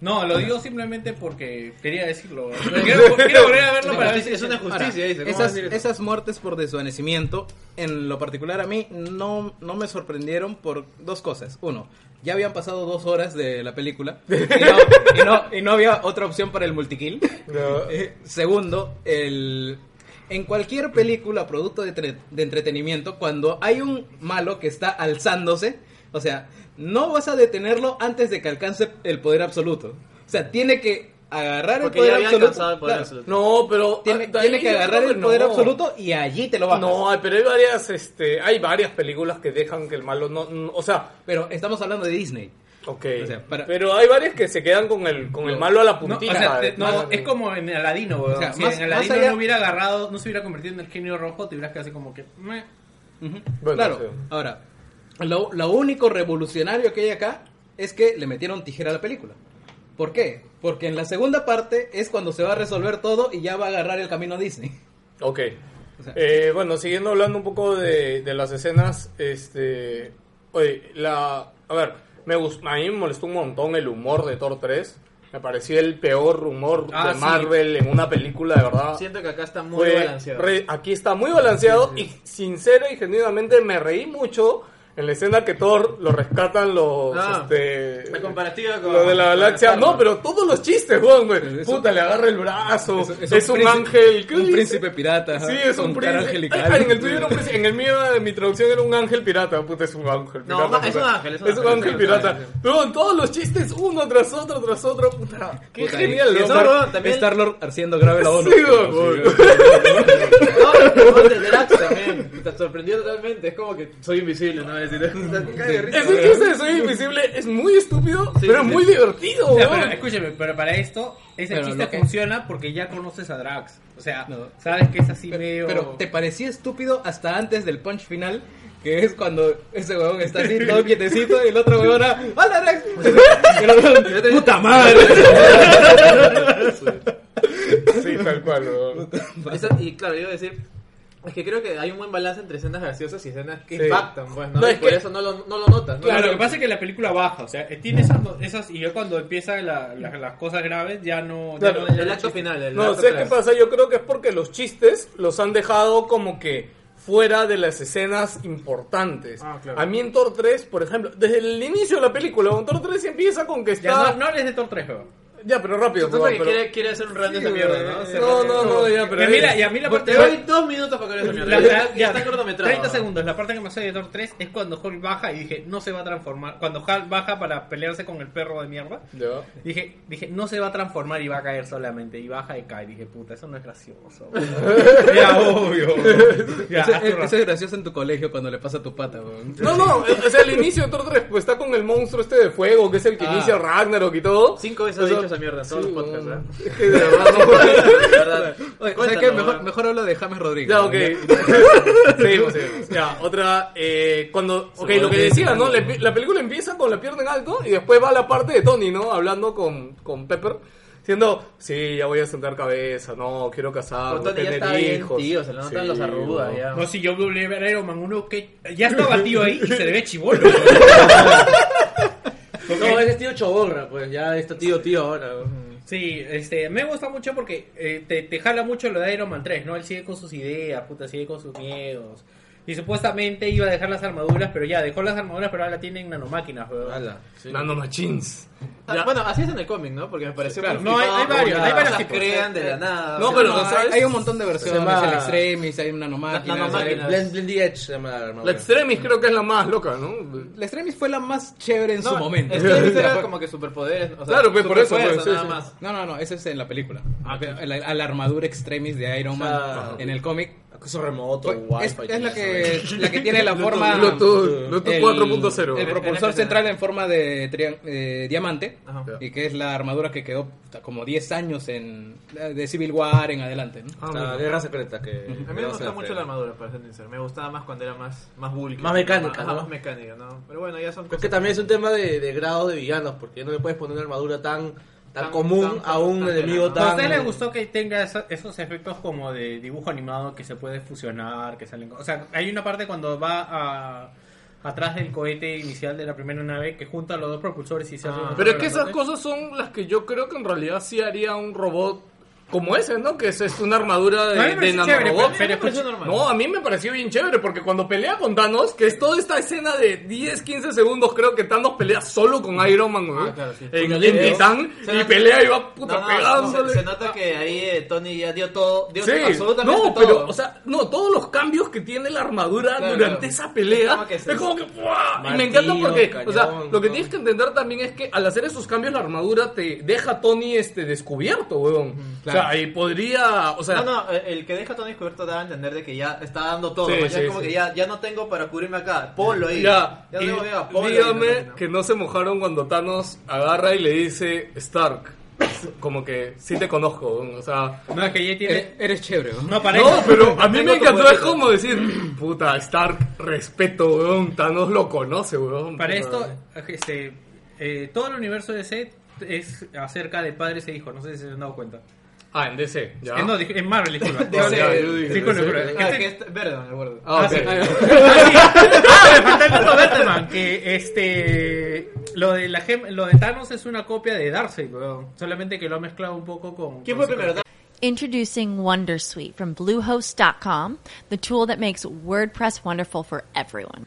Speaker 3: No, lo digo simplemente porque quería decirlo. weón. Quiero, quiero volver a verlo para ver si
Speaker 4: Es una justicia, dice. ¿cómo va a
Speaker 5: Esas,
Speaker 4: decir eso?
Speaker 5: esas muertes por desvanecimiento, en lo particular a mí, no, no me sorprendieron por dos cosas. Uno, ya habían pasado dos horas de la película y no, y no- y no había otra opción para el multikill.
Speaker 2: No.
Speaker 5: Eh, Segundo, el... En cualquier película, producto de, tre- de entretenimiento, cuando hay un malo que está alzándose, o sea, no vas a detenerlo antes de que alcance el poder absoluto. O sea, tiene que agarrar
Speaker 4: Porque
Speaker 5: el
Speaker 4: ya
Speaker 5: poder
Speaker 4: había
Speaker 5: absoluto.
Speaker 4: alcanzado el poder
Speaker 5: Claro.
Speaker 4: absoluto.
Speaker 2: No, pero.
Speaker 5: Tiene,
Speaker 2: ah, de
Speaker 5: tiene
Speaker 2: ahí
Speaker 5: que
Speaker 2: yo
Speaker 5: agarrar
Speaker 2: creo
Speaker 5: el poder
Speaker 2: no.
Speaker 5: absoluto y allí te lo bajas.
Speaker 2: No, ay, pero hay varias, este, hay varias películas que dejan que el malo no, no- o sea,
Speaker 5: Pero estamos hablando de Disney.
Speaker 2: ok,
Speaker 5: O sea, para-
Speaker 2: pero hay varias que se quedan con el, con el malo a la puntita.
Speaker 3: No, o sea,
Speaker 2: ¿eh?
Speaker 3: te- no, es como en Aladino, weón.
Speaker 5: O sea,
Speaker 3: si
Speaker 5: más-
Speaker 3: en Aladino
Speaker 5: más allá-
Speaker 3: no hubiera agarrado, no se hubiera convertido en el genio rojo, te hubieras quedado así como que. meh.
Speaker 2: Bueno,
Speaker 5: claro.
Speaker 2: sí.
Speaker 5: Ahora, lo, lo único revolucionario que hay acá es que le metieron tijera a la película. ¿Por qué? Porque en la segunda parte es cuando se va a resolver todo y ya va a agarrar el camino Disney.
Speaker 2: Ok. Eh, bueno, siguiendo hablando un poco de, de las escenas, este, oye, la, a ver, me gust- a mí me molestó un montón el humor de Thor 3. Me pareció el peor humor
Speaker 3: Ah,
Speaker 2: de
Speaker 3: sí.
Speaker 2: Marvel en una película, de verdad.
Speaker 4: Siento que acá está muy
Speaker 2: Fue
Speaker 4: balanceado.
Speaker 2: re- aquí está muy balanceado y sincero y genuinamente me reí mucho en la escena que Thor lo rescatan los
Speaker 4: Ah,
Speaker 2: este
Speaker 4: la comparativa con-
Speaker 2: lo de la
Speaker 4: con
Speaker 2: galaxia
Speaker 4: Star Wars.
Speaker 2: no pero todos los chistes weón, güey.
Speaker 5: eso-
Speaker 2: puta le agarra el brazo
Speaker 5: eso- eso
Speaker 2: es un,
Speaker 5: príncipe-
Speaker 2: ángel ¿Qué
Speaker 5: un
Speaker 2: dice?
Speaker 5: príncipe pirata, ajá,
Speaker 2: sí es
Speaker 5: con
Speaker 2: un
Speaker 5: cara
Speaker 2: príncipe
Speaker 5: angelical.
Speaker 2: Ah, en el tuyo era un príncipe- en el mío de mi traducción era un ángel pirata puta es un ángel
Speaker 4: No,
Speaker 2: pirata,
Speaker 4: es un
Speaker 2: puta.
Speaker 4: ángel, es un
Speaker 2: es un
Speaker 4: ángel,
Speaker 2: ángel
Speaker 4: sí,
Speaker 2: pirata
Speaker 4: sí,
Speaker 2: Weón, todos los chistes uno tras otro tras otro puta qué
Speaker 5: Puta, y-
Speaker 2: genial
Speaker 5: y
Speaker 2: weón.
Speaker 5: Star-
Speaker 4: no, también-
Speaker 5: Star-Lord haciendo grave la ONU.
Speaker 2: Sí, weón.
Speaker 4: No, no, de Drax también. Te sorprendió totalmente. Es como que soy invisible, ¿no? Es decir, me cae de risa,
Speaker 2: Es un
Speaker 4: weón.
Speaker 2: chiste de Soy Invisible, es muy estúpido, pero
Speaker 4: sí,
Speaker 2: es muy divertido,
Speaker 3: O sea,
Speaker 2: weón.
Speaker 3: pero, escúcheme, pero para esto, ese
Speaker 5: Pero
Speaker 3: chiste
Speaker 5: lo que-
Speaker 3: funciona porque ya conoces a Drax. O sea,
Speaker 5: No.
Speaker 3: sabes que es así medio.
Speaker 5: Pero te parecía estúpido hasta antes del punch final Que es cuando ese huevón está así, todo quietecito, y el otro huevón era, ¡Hola, Rex! Y el otro, ¡Puta madre!
Speaker 2: Sí, tal cual. weón.
Speaker 4: Eso- y claro, yo iba a decir, es que creo que hay un buen balance entre escenas graciosas y escenas que
Speaker 2: Sí.
Speaker 4: impactan, pues, ¿no?
Speaker 2: No,
Speaker 4: Y
Speaker 2: es
Speaker 4: por
Speaker 2: que-
Speaker 4: eso no lo, no lo notas, ¿no?
Speaker 3: Claro,
Speaker 4: No
Speaker 3: lo que pasa es que la película baja, o sea, eh, tiene esas, esas y yo cuando empiezan la- la- las cosas graves ya no... ya
Speaker 4: Claro,
Speaker 3: no- ya
Speaker 4: el
Speaker 3: no
Speaker 4: acto
Speaker 3: existe.
Speaker 4: final, el
Speaker 2: No,
Speaker 4: acto
Speaker 2: sé qué
Speaker 4: final.
Speaker 2: pasa? Yo creo que es porque los chistes los han dejado como que fuera de las escenas importantes.
Speaker 4: Ah, claro.
Speaker 2: A mí en Thor 3, por ejemplo, desde el inicio de la película, en Thor 3 empieza con que
Speaker 3: Ya
Speaker 2: está...
Speaker 3: no, no hables de Thor 3, weón.
Speaker 2: Ya, pero rápido.
Speaker 4: Entonces,
Speaker 2: por favor,
Speaker 4: que quiere, quiere hacer un rant de esa mierda, ¿no? Se
Speaker 2: pero- No,
Speaker 4: rante-
Speaker 2: no, no, ya, pero...
Speaker 3: Y a mí la-
Speaker 2: ahí-
Speaker 3: y a mí la parte...
Speaker 4: Pues, Te doy dos minutos para que hagas esa mierda.
Speaker 3: La-
Speaker 4: Ya-
Speaker 3: la-
Speaker 4: ya,
Speaker 3: ya,
Speaker 4: está cortometrado.
Speaker 3: 30 segundos, la parte que me sale de Thor 3 es cuando Hulk baja y dije, no se va a transformar. Cuando Hulk baja para pelearse con el perro de mierda,
Speaker 2: Ya.
Speaker 3: dije, dije no se va a transformar y va a caer solamente. Y baja y cae. Dije, puta, eso no es gracioso. ya, obvio. Ya,
Speaker 5: Eso,
Speaker 3: haz tu
Speaker 5: es- eso
Speaker 3: razón.
Speaker 5: es gracioso en tu colegio cuando le pasa a tu pata, huevón.
Speaker 2: No, no, o sea, el inicio de Thor 3 pues está con el monstruo este de fuego, que es el que
Speaker 5: Ah.
Speaker 2: inicia Ragnarok y todo.
Speaker 4: Cinco veces
Speaker 2: O
Speaker 4: has
Speaker 2: sea,
Speaker 4: dicho esa mierda en todos
Speaker 2: sí,
Speaker 4: los podcasts,
Speaker 2: weón.
Speaker 4: ¿verdad?
Speaker 2: Es que de verdad no...
Speaker 4: De
Speaker 5: Oye,
Speaker 4: verdad.
Speaker 5: ¿sabes
Speaker 4: Cuéntanos,
Speaker 5: qué?
Speaker 4: ¿no?
Speaker 5: Mejor, mejor hablo de James Rodríguez.
Speaker 2: Ya,
Speaker 5: ¿no?
Speaker 2: ok. seguimos, seguimos. Ya, otra. Eh, cuando. Ok, lo que decía, ¿no? Le- la película empieza con la pierna en alto y después va la parte de Tony, ¿no? Hablando con, con Pepper. Diciendo, sí, ya voy a sentar cabeza, no, quiero casar,
Speaker 4: Pero Tony ya
Speaker 2: tener
Speaker 4: está bien,
Speaker 2: hijos.
Speaker 4: tío, se le notan
Speaker 2: Sí,
Speaker 4: los arrugas,
Speaker 2: no.
Speaker 4: ya.
Speaker 3: No, si yo volví a ver Iron Man 1, que ya estaba tío ahí y se le ve chivolo.
Speaker 6: No, ese es tío Choborra, pues ya está tío, tío ahora.
Speaker 3: Sí, este, me gusta mucho porque eh, te, te jala mucho lo de Iron Man 3, ¿no? Él sigue con sus ideas, puta, sigue con sus miedos. Y supuestamente iba a dejar las armaduras, pero ya, dejó las armaduras, pero ahora tienen nanomáquinas, weón.
Speaker 6: Ala, sí.
Speaker 2: Nanomachines.
Speaker 4: Ah, Bueno, así es en el cómic, ¿no? Porque me pareció
Speaker 3: Claro,
Speaker 4: muy
Speaker 3: no, hay-
Speaker 4: flipado,
Speaker 3: hay varios,
Speaker 4: porque
Speaker 3: hay varios
Speaker 4: las
Speaker 3: tipos.
Speaker 4: crean de la nada.
Speaker 2: No,
Speaker 4: o sea,
Speaker 2: pero,
Speaker 5: Hay-
Speaker 2: ¿sabes?
Speaker 5: Hay un montón de versiones,
Speaker 6: Se llama-
Speaker 5: el Ah. Extremis, hay una nanomáquina.
Speaker 4: Las nanomáquinas.
Speaker 6: Blend, Blend the Edge se llama la armadura.
Speaker 2: La Extremis creo que es la más loca, ¿no?
Speaker 5: La Extremis fue la más chévere en
Speaker 4: no,
Speaker 5: su momento.
Speaker 4: Es que antes
Speaker 5: Ya
Speaker 4: era
Speaker 5: fue-
Speaker 4: como que superpoderes. O sea,
Speaker 2: Claro, pues, por eso,
Speaker 4: superfuerza,
Speaker 2: pues, sí,
Speaker 4: nada
Speaker 2: sí.
Speaker 4: más.
Speaker 5: No, no, no, eso es en la película. a, la, a la armadura Extremis de Iron Man
Speaker 6: sea,
Speaker 5: en el cómic.
Speaker 6: Acceso remoto,
Speaker 2: Pues,
Speaker 5: Fue-
Speaker 6: wifi.
Speaker 5: es, es
Speaker 6: todo
Speaker 5: la,
Speaker 6: eso,
Speaker 5: que, la que tiene la forma.
Speaker 2: Ah. Bluetooth, Bluetooth
Speaker 5: el-
Speaker 2: 4.0.
Speaker 5: El propulsor central en forma de trian- eh, diamante.
Speaker 4: Ajá.
Speaker 5: Y que es la armadura que quedó puta, como 10 años en eh, de Civil War en adelante. ¿no?
Speaker 6: ¿no? La guerra secreta que...
Speaker 4: A mí me gusta mucho la armadura, para ser sincero. Me gustaba más cuando era más, más bulky.
Speaker 6: Más mecánica,
Speaker 4: Ajá,
Speaker 6: ¿no?
Speaker 4: Más mecánica, ¿no? Pero bueno, ya son
Speaker 6: Es
Speaker 4: cosas.
Speaker 6: que también es un tema de, de grado de villanos, porque no le puedes poner una armadura tan, tan,
Speaker 4: Tan-
Speaker 6: común
Speaker 4: tan-
Speaker 6: a un
Speaker 4: tan-
Speaker 6: enemigo
Speaker 4: ¿A
Speaker 3: ¿A
Speaker 6: tan...
Speaker 3: usted le gustó que tenga esa- esos efectos como de dibujo animado que se puede fusionar, que salen... O sea, hay una parte cuando va a- atrás del cohete inicial de la primera nave que junta los dos propulsores y se hace...
Speaker 4: Ah.
Speaker 3: una
Speaker 2: Pero es
Speaker 3: torre
Speaker 2: que esas
Speaker 3: grandota.
Speaker 2: cosas son las que yo creo que en realidad sí haría un robot como ese, ¿no? Que es, es una armadura
Speaker 3: A mí
Speaker 2: de,
Speaker 3: me
Speaker 2: de
Speaker 3: parece chévere,
Speaker 2: nanorobot.
Speaker 3: pero- pero
Speaker 4: A mí me pareció
Speaker 3: escucha-
Speaker 4: normal.
Speaker 2: No, a mí me pareció bien chévere porque cuando pelea con Thanos, que es toda esta escena de 10, 15 segundos, creo que Thanos pelea solo con Iron Man, ¿no?
Speaker 4: Ah, claro, sí.
Speaker 2: En,
Speaker 4: Con
Speaker 2: en
Speaker 4: Olympus.
Speaker 2: Titán,
Speaker 4: Se
Speaker 2: y
Speaker 4: nota-
Speaker 2: pelea y va puta
Speaker 4: No, no,
Speaker 2: pegándole.
Speaker 4: se, se nota que ahí eh, Tony ya dio todo, dio
Speaker 2: Sí,
Speaker 4: absolutamente
Speaker 2: no,
Speaker 4: todo.
Speaker 2: pero, o sea, no, todos los cambios que tiene la armadura
Speaker 4: Claro,
Speaker 2: durante
Speaker 4: claro.
Speaker 2: esa pelea,
Speaker 4: Es como que
Speaker 2: es
Speaker 4: sí.
Speaker 2: como que, ¡buah! Y me
Speaker 6: Martillo,
Speaker 2: encanta porque, o sea,
Speaker 6: cañón,
Speaker 2: lo que
Speaker 6: ¿no?
Speaker 2: tienes que entender también es que al hacer esos cambios la armadura te deja a Tony este, descubierto, weón. O sea, y podría, o sea,
Speaker 4: no, no, eh, el que deja a Tony descubierto da a entender de que ya está dando todo.
Speaker 2: Sí,
Speaker 4: ¿no? ya
Speaker 2: sí,
Speaker 4: es como
Speaker 2: sí.
Speaker 4: que ya, ya no tengo para cubrirme acá. Ponlo ahí.
Speaker 2: Ya,
Speaker 4: ya
Speaker 2: y
Speaker 4: no veo, ponlo ahí,
Speaker 2: dígame
Speaker 4: ¿no?
Speaker 2: que no se mojaron cuando Thanos agarra y le dice Stark. Como que sí te conozco, weón, o sea.
Speaker 3: No, es que ya
Speaker 5: Eres,
Speaker 3: tiene...
Speaker 5: eres chévere. ¿no?
Speaker 3: eh, No, para
Speaker 2: Eh, No,
Speaker 3: eso-
Speaker 2: pero a mí
Speaker 4: Tengo
Speaker 2: me
Speaker 4: tu
Speaker 2: encantó, es
Speaker 4: poder.
Speaker 2: como decir, puta, Stark, respeto, weón, Thanos lo conoce, weón.
Speaker 3: Para
Speaker 2: puta.
Speaker 3: esto, este, eh, todo el universo de DC es acerca de padres e hijos, no sé si se han dado cuenta.
Speaker 2: Ah, en DC, ya.
Speaker 3: Eh, no, dije- en Marvel, disculpa.
Speaker 2: Ah, ya, yo dije
Speaker 3: Disculpa,
Speaker 2: DC.
Speaker 3: disculpa.
Speaker 4: Ah,
Speaker 3: Este-
Speaker 4: que es verde, me acuerdo.
Speaker 2: Ah, ok.
Speaker 3: Ah, me falta el puto Batman, que este lo de la gem- lo de Thanos es una copia de Darkseid, weón. Solamente que lo ha mezclado un poco con
Speaker 4: ¿Quién
Speaker 3: con
Speaker 4: fue primero?
Speaker 7: Introducing Wondersuite from Bluehost.com, the tool that makes WordPress wonderful for everyone.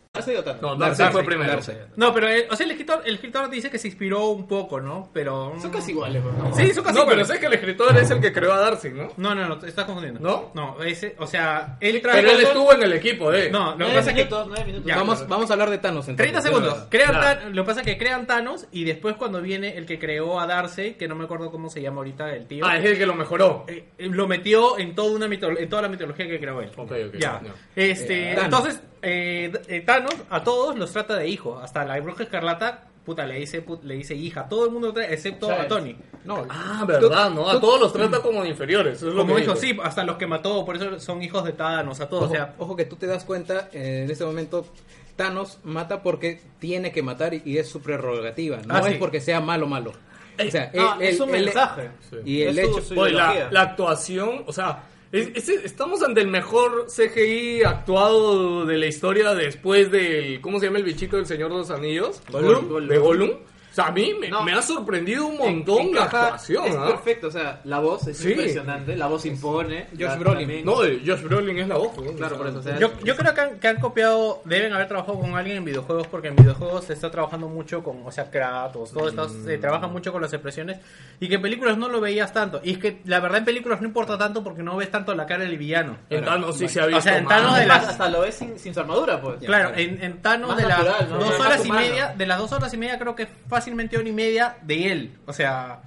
Speaker 6: Darcy o Thanos?
Speaker 2: No, Darcy fue primero.
Speaker 3: No, pero eh, o sea, el escritor, el escritor dice que se inspiró un poco, ¿no? Pero. mm,
Speaker 5: Son casi iguales, bro.
Speaker 3: Sí, son casi
Speaker 2: No, pero
Speaker 3: iguales.
Speaker 2: sé que el escritor es el que creó a Darcy, ¿no?
Speaker 3: No, no, no, te estás confundiendo.
Speaker 2: ¿No?
Speaker 3: No, ese, o sea, él trae.
Speaker 2: Pero él estuvo en el equipo de...
Speaker 3: No, lo que
Speaker 6: Nueve
Speaker 3: pasa es que.
Speaker 6: minutos, nueve minutos.
Speaker 3: Ya,
Speaker 6: Vamos,
Speaker 5: Vamos, vamos a hablar de Thanos. entonces.
Speaker 3: 30 segundos.
Speaker 5: Pero-
Speaker 3: Crean Thanos- lo que pasa es que crean Thanos y después cuando viene el que creó a Darcy, que no me acuerdo cómo se llama ahorita el tío.
Speaker 2: Ah, es el que lo mejoró.
Speaker 3: eh, eh, lo metió en toda una mitolo- en toda la mitología que creó él.
Speaker 2: Ok, ok,
Speaker 3: Ya.
Speaker 2: ya.
Speaker 3: Este,
Speaker 5: Eh, Thanos.
Speaker 3: entonces eh, eh, Thanos a todos los trata de hijo, hasta la Bruja Escarlata puta le dice put- le dice hija, todo el mundo lo trae, excepto
Speaker 5: Chávez.
Speaker 3: a Tony.
Speaker 5: No,
Speaker 2: Ah, verdad, ¿no? A todos los trata como inferiores. eso es lo
Speaker 3: Como
Speaker 2: que
Speaker 3: dijo, sí, hasta los que mató, por eso son hijos de Thanos, a todos,
Speaker 5: Ojo,
Speaker 3: o sea,
Speaker 5: ojo que tú te das cuenta eh, en este momento. Thanos mata porque tiene que matar y, y es su prerrogativa. No
Speaker 3: Ah,
Speaker 5: es
Speaker 3: sí.
Speaker 5: porque sea malo malo.
Speaker 3: eh,
Speaker 5: O sea,
Speaker 4: Ah,
Speaker 5: él-
Speaker 4: es un
Speaker 5: él- él-
Speaker 4: mensaje.
Speaker 5: Y
Speaker 4: Es
Speaker 5: el
Speaker 4: su-
Speaker 5: hecho.
Speaker 4: su
Speaker 2: Oye, la,
Speaker 4: ideología.
Speaker 2: la actuación, o sea, es- es- estamos ante el mejor CGI actuado de la historia después del, ¿cómo se llama el bichito del Señor de los Anillos?
Speaker 4: Gollum.
Speaker 2: De Gollum. O sea, a mí me,
Speaker 4: No.
Speaker 2: me ha sorprendido un montón la
Speaker 4: Encaja-
Speaker 2: actuación,
Speaker 4: Es
Speaker 2: ¿ah?
Speaker 4: perfecto, o sea, la voz es
Speaker 2: Sí.
Speaker 4: impresionante, la voz impone.
Speaker 5: Josh
Speaker 4: la-
Speaker 5: Brolin.
Speaker 4: también-
Speaker 2: No, de Josh Brolin es la voz, ¿no?
Speaker 4: Claro, por eso, o sea,
Speaker 3: Yo, yo creo que han, que han copiado, deben haber trabajado con alguien en videojuegos, porque en videojuegos se está trabajando mucho con, o sea, Kratos, todo esto, se
Speaker 2: Mm.
Speaker 3: trabaja mucho con las expresiones, y que en películas no lo veías tanto. Y es que la verdad en películas no importa tanto porque no ves tanto la cara del villano.
Speaker 2: En Thanos sí se ha visto.
Speaker 3: O sea, en
Speaker 2: más.
Speaker 3: Thanos de
Speaker 4: Además,
Speaker 3: las...
Speaker 4: hasta lo ves sin, sin su armadura, pues.
Speaker 3: Claro, en, en Thanos
Speaker 4: Más
Speaker 3: de las
Speaker 4: natural, ¿no?
Speaker 3: dos
Speaker 4: Más
Speaker 3: horas y
Speaker 4: humano.
Speaker 3: media, de las dos horas y media creo que es fácilmente hora y media de él, o sea,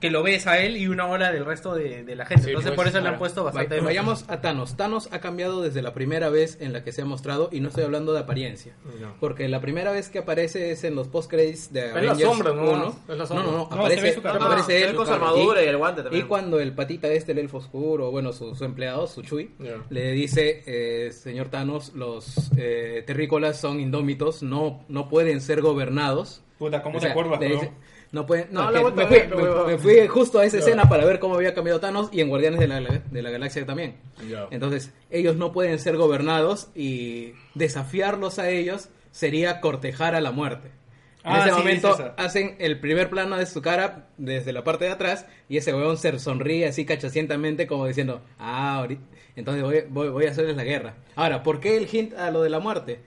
Speaker 3: que lo ves a él y una hora del resto de, de la gente.
Speaker 2: Sí,
Speaker 3: Entonces
Speaker 2: pues,
Speaker 3: por eso le
Speaker 2: ahora,
Speaker 3: han puesto bastante...
Speaker 5: Vay-
Speaker 3: énfasis.
Speaker 5: Vayamos a Thanos. Thanos ha cambiado desde la primera vez en la que se ha mostrado y no estoy hablando de apariencia. Porque la primera vez que aparece es en los post-credits de
Speaker 2: la
Speaker 5: Avengers
Speaker 2: sombra, ¿no?
Speaker 5: 1.
Speaker 2: Es la sombra.
Speaker 5: No, no, no,
Speaker 3: se
Speaker 5: aparece,
Speaker 3: ve su cara.
Speaker 5: aparece
Speaker 4: Ah, se
Speaker 5: él.
Speaker 4: ve con su
Speaker 5: claro,
Speaker 4: armadura y el guante también.
Speaker 5: Y cuando el patita este, el elfo oscuro, bueno, su, su empleado, su Chuy,
Speaker 2: Ya.
Speaker 5: le dice, eh, señor Thanos, los eh, terrícolas son indómitos, no, no pueden ser gobernados.
Speaker 3: Puta, ¿cómo
Speaker 5: O sea,
Speaker 3: te acuerdas,
Speaker 5: le
Speaker 3: weón?
Speaker 5: dice- no puede, no,
Speaker 4: No,
Speaker 5: es
Speaker 4: la
Speaker 5: que
Speaker 4: vuelta
Speaker 5: me,
Speaker 4: a
Speaker 5: fui,
Speaker 4: ver,
Speaker 5: me-
Speaker 4: weón.
Speaker 5: me fui justo a esa escena para ver cómo había cambiado Thanos y en Guardianes de la, de la Galaxia también.
Speaker 2: Ya.
Speaker 5: Entonces, ellos no pueden ser gobernados y desafiarlos a ellos sería cortejar a la muerte. En
Speaker 3: Ah,
Speaker 5: ese
Speaker 3: sí,
Speaker 5: momento
Speaker 3: es esa.
Speaker 5: hacen el primer plano de su cara desde la parte de atrás y ese weón se sonríe así cachacientamente como diciendo, ah, ahorita, entonces voy, voy, voy a hacerles la guerra. Ahora, ¿por qué el hint a lo de la muerte?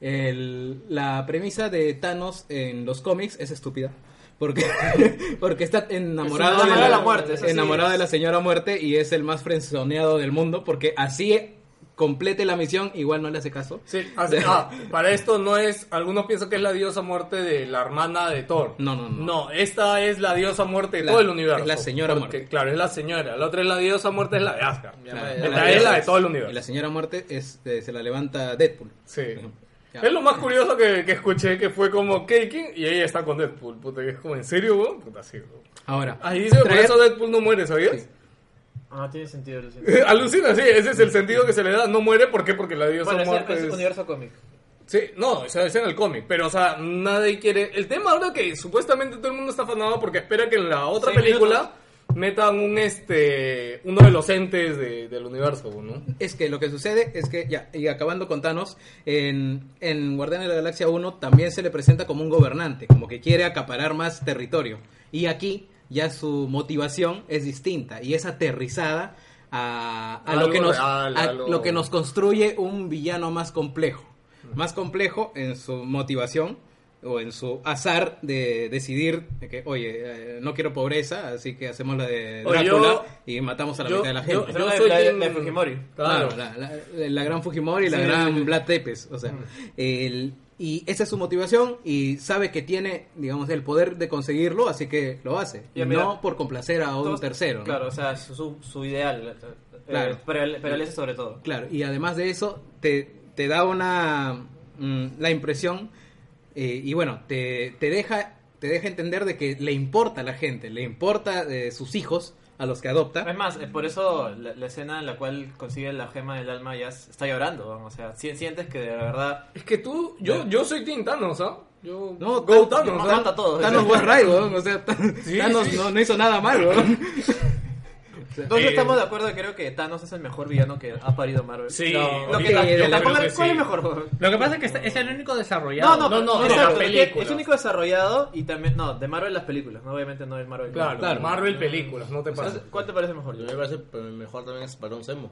Speaker 5: El- la premisa de Thanos en los cómics es estúpida. Porque, porque está enamorado,
Speaker 4: Es
Speaker 5: de,
Speaker 4: enamorado
Speaker 5: la,
Speaker 4: de la muerte, eso sí
Speaker 5: enamorado
Speaker 4: es.
Speaker 5: de la señora muerte y es el más frenzoneado del mundo porque así complete la misión, igual no le hace caso.
Speaker 2: Sí, así- ah, para esto no es, algunos piensan que es la diosa muerte de la hermana de Thor.
Speaker 5: No, no, no.
Speaker 2: No, esta es la diosa muerte de
Speaker 5: La-
Speaker 2: todo el universo.
Speaker 5: es la señora
Speaker 2: Porque,
Speaker 5: muerte.
Speaker 2: Claro, es la señora. La otra es la diosa muerte, es la de Asgard.
Speaker 5: Claro.
Speaker 2: Esta es la de todo el universo.
Speaker 5: Y la señora muerte es, eh, se la levanta Deadpool.
Speaker 2: Sí.
Speaker 5: Ya.
Speaker 2: Es lo más curioso que, que escuché, que fue como Kaking y ella está con Deadpool. Puta, que es como, ¿en serio, weón? Puta, sí, weón.
Speaker 5: Ahora,
Speaker 2: Ahí dice que por
Speaker 5: traer-
Speaker 2: eso Deadpool no muere, ¿sabías?
Speaker 4: Ah, tiene sentido, lo siento.
Speaker 2: Alucina, sí, ese es el sentido que se le da. No muere, ¿por qué? Porque la diosa
Speaker 4: Bueno, es,
Speaker 2: muerte
Speaker 4: es
Speaker 2: es-
Speaker 4: universo cómic.
Speaker 2: Sí, no, eso es en el cómic, pero o sea, nadie quiere... El tema ahora que supuestamente todo el mundo está afanado porque espera que en la otra
Speaker 4: Seis
Speaker 2: película metan un este... uno de los entes de- del universo, ¿no?
Speaker 5: Es que lo que sucede es que, ya, y acabando con Thanos, en, en Guardianes de la Galaxia 1 también se le presenta como un gobernante, como que quiere acaparar más territorio. Y aquí ya su motivación es distinta y es aterrizada a, a lo,
Speaker 2: Algo
Speaker 5: que nos,
Speaker 2: real,
Speaker 5: a
Speaker 2: algo-
Speaker 5: lo que nos construye un villano más complejo. Más complejo en su motivación o en su azar de decidir de que, oye, eh, no quiero pobreza, así que hacemos la de
Speaker 2: Oye, yo-
Speaker 5: Drácula y matamos a la
Speaker 2: yo-
Speaker 5: mitad de la
Speaker 2: yo-
Speaker 5: gente.
Speaker 4: Pero la,
Speaker 2: soy
Speaker 4: la-
Speaker 2: team-
Speaker 4: la de Fujimori.
Speaker 2: Claro.
Speaker 6: Ah,
Speaker 5: Claro, la, la- la gran Fujimori y la
Speaker 2: Sí,
Speaker 5: gran
Speaker 2: sí, sí.
Speaker 5: Vlad Tepes, o sea, el- y esa es su motivación y sabe que tiene, digamos, el poder de conseguirlo, así que lo hace,
Speaker 4: Ya,
Speaker 5: Y
Speaker 4: mira,
Speaker 5: no por complacer a un
Speaker 4: Todos-
Speaker 5: tercero. ¿no?
Speaker 4: Claro, o sea, su, su, su ideal. eh,
Speaker 5: Claro.
Speaker 4: Claro. pero, pero él es sobre todo.
Speaker 5: Claro, y además de eso, te, te da una. mm, la impresión, eh, y bueno, te, te deja te deja entender de que le importa a la gente, le importa de sus hijos a los que adopta.
Speaker 4: Es más, eh, por eso la, la escena en la cual consigue la gema del alma ya s- está llorando. vamos, O sea, si- sientes que de verdad.
Speaker 2: Es que tú, yo, yo soy Tintano, ¿sabes? Yo... ¿ah?
Speaker 5: No,
Speaker 6: Go
Speaker 5: Tan-
Speaker 6: Thanos,
Speaker 5: Thanos,
Speaker 6: mata a todos.
Speaker 5: Thanos was right, weón. O sea, Tan- Thanos No, no hizo nada mal, weón.
Speaker 4: Entonces estamos de acuerdo, creo que Thanos es el mejor villano que ha parido Marvel.
Speaker 2: Sí,
Speaker 3: No,
Speaker 4: Lo que,
Speaker 2: ahorita
Speaker 4: la,
Speaker 2: yo
Speaker 4: que la
Speaker 2: creo
Speaker 4: pongan-
Speaker 2: que
Speaker 4: ¿Cuál
Speaker 2: sí.
Speaker 4: es mejor? weón?
Speaker 3: Lo que pasa es que está- es el único
Speaker 4: No,
Speaker 3: desarrollado.
Speaker 4: no,
Speaker 2: no, no, de
Speaker 4: exacto,
Speaker 2: las
Speaker 4: es que
Speaker 2: películas.
Speaker 4: Es único desarrollado y también. No, de Marvel las películas, ¿no? obviamente no es Marvel.
Speaker 2: Claro,
Speaker 5: Claro.
Speaker 2: Marvel películas, no te pases.
Speaker 4: Entonces, ¿Cuál te parece mejor?
Speaker 6: Yo me parece pero mejor también es Barón Zemo.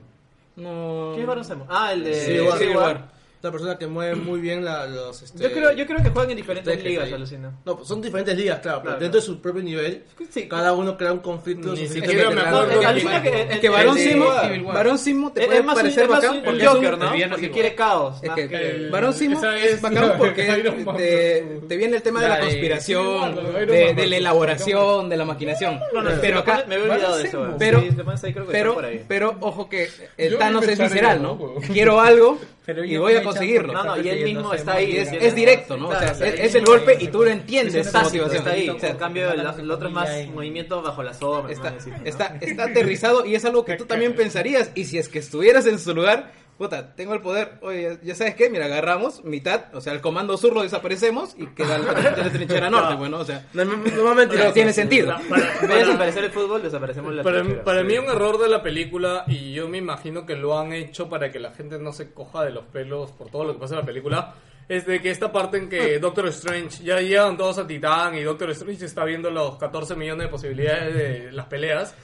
Speaker 5: No.
Speaker 4: ¿Qué Baron Zemo? Ah, el de
Speaker 6: Sí,
Speaker 4: Civil
Speaker 6: Civil
Speaker 4: War.
Speaker 6: War. Esta persona que mueve muy bien la- los. Este,
Speaker 4: Yo, creo, yo creo que juegan en diferentes
Speaker 6: tejes
Speaker 4: ligas,
Speaker 6: ahí.
Speaker 4: alucina.
Speaker 6: No, pues son diferentes ligas, claro,
Speaker 4: Claro,
Speaker 6: pero dentro de su propio nivel,
Speaker 4: Sí.
Speaker 6: cada uno crea un conflicto.
Speaker 5: Ni
Speaker 6: suficiente
Speaker 5: siquiera
Speaker 6: que
Speaker 5: me
Speaker 6: la-
Speaker 5: acuerdo
Speaker 4: No,
Speaker 5: de-
Speaker 4: alucina que el-
Speaker 5: Es
Speaker 4: el-
Speaker 5: que Barón
Speaker 4: el-
Speaker 5: Simo,
Speaker 4: el-
Speaker 5: Barón Simo te
Speaker 4: Es
Speaker 5: puede
Speaker 4: es más un-
Speaker 5: parecer
Speaker 4: es más
Speaker 5: bacán
Speaker 4: un
Speaker 5: porque es un-
Speaker 4: Joker, ¿no?
Speaker 3: villano
Speaker 4: Porque
Speaker 3: Civil
Speaker 4: quiere caos.
Speaker 5: Es
Speaker 4: más
Speaker 5: que
Speaker 4: que-
Speaker 5: el Barón Simo
Speaker 2: esa
Speaker 5: es,
Speaker 2: es-
Speaker 5: bacán porque
Speaker 2: Iron Man
Speaker 5: te, te viene el tema de
Speaker 3: La
Speaker 5: la
Speaker 3: de-
Speaker 5: conspiración,
Speaker 2: Iron
Speaker 5: de,
Speaker 2: Man,
Speaker 5: de
Speaker 2: pues,
Speaker 5: la elaboración, de la maquinación.
Speaker 4: No, no,
Speaker 5: pero
Speaker 4: pero
Speaker 5: acá,
Speaker 4: me había olvidado de eso.
Speaker 5: Barón
Speaker 4: weón.
Speaker 5: Pero,
Speaker 4: Sí, te pones ahí, creo que está
Speaker 5: pero,
Speaker 4: por ahí.
Speaker 5: pero ojo que el
Speaker 2: Yo
Speaker 5: Thanos
Speaker 2: me
Speaker 5: es
Speaker 2: echaré
Speaker 5: visceral,
Speaker 2: de
Speaker 5: ¿no?
Speaker 2: loco.
Speaker 5: Quiero algo
Speaker 3: Pero
Speaker 5: y
Speaker 3: yo
Speaker 5: voy
Speaker 3: me
Speaker 5: a
Speaker 3: he
Speaker 5: conseguirlo.
Speaker 4: No, no, y él mismo está ahí.
Speaker 5: es,
Speaker 4: ¿entiendes?
Speaker 5: es directo, ¿no?
Speaker 4: Claro,
Speaker 5: o sea, es,
Speaker 4: ahí.
Speaker 5: es el golpe y tú lo entiendes.
Speaker 4: Es tácito,
Speaker 5: situación.
Speaker 4: está ahí.
Speaker 5: O
Speaker 4: O sea,
Speaker 5: sea,
Speaker 4: en cambio, el, el otro es más movimiento bajo la sombra.
Speaker 5: está,
Speaker 4: más así, ¿no?
Speaker 5: está, está aterrizado y es algo que tú también pensarías. Y si es que estuvieras en su lugar, puta, tengo el poder. Oye, ya sabes qué, mira, agarramos mitad, o sea, el comando sur lo desaparecemos y queda la, la trinchera norte, bueno, o sea.
Speaker 6: No, no, no, no, mentira.
Speaker 5: Pero tiene sentido.
Speaker 4: Para desaparecer el fútbol, desaparecemos la
Speaker 2: Para,
Speaker 4: trinchera.
Speaker 2: para
Speaker 4: Sí.
Speaker 2: mí un error de la película, y yo me imagino que lo han hecho para que la gente no se coja de los pelos por todo lo que pasa en la película, es de que esta parte en que Doctor Strange, ya llegan todos a Titán y Doctor Strange está viendo los 14 millones de posibilidades de las peleas,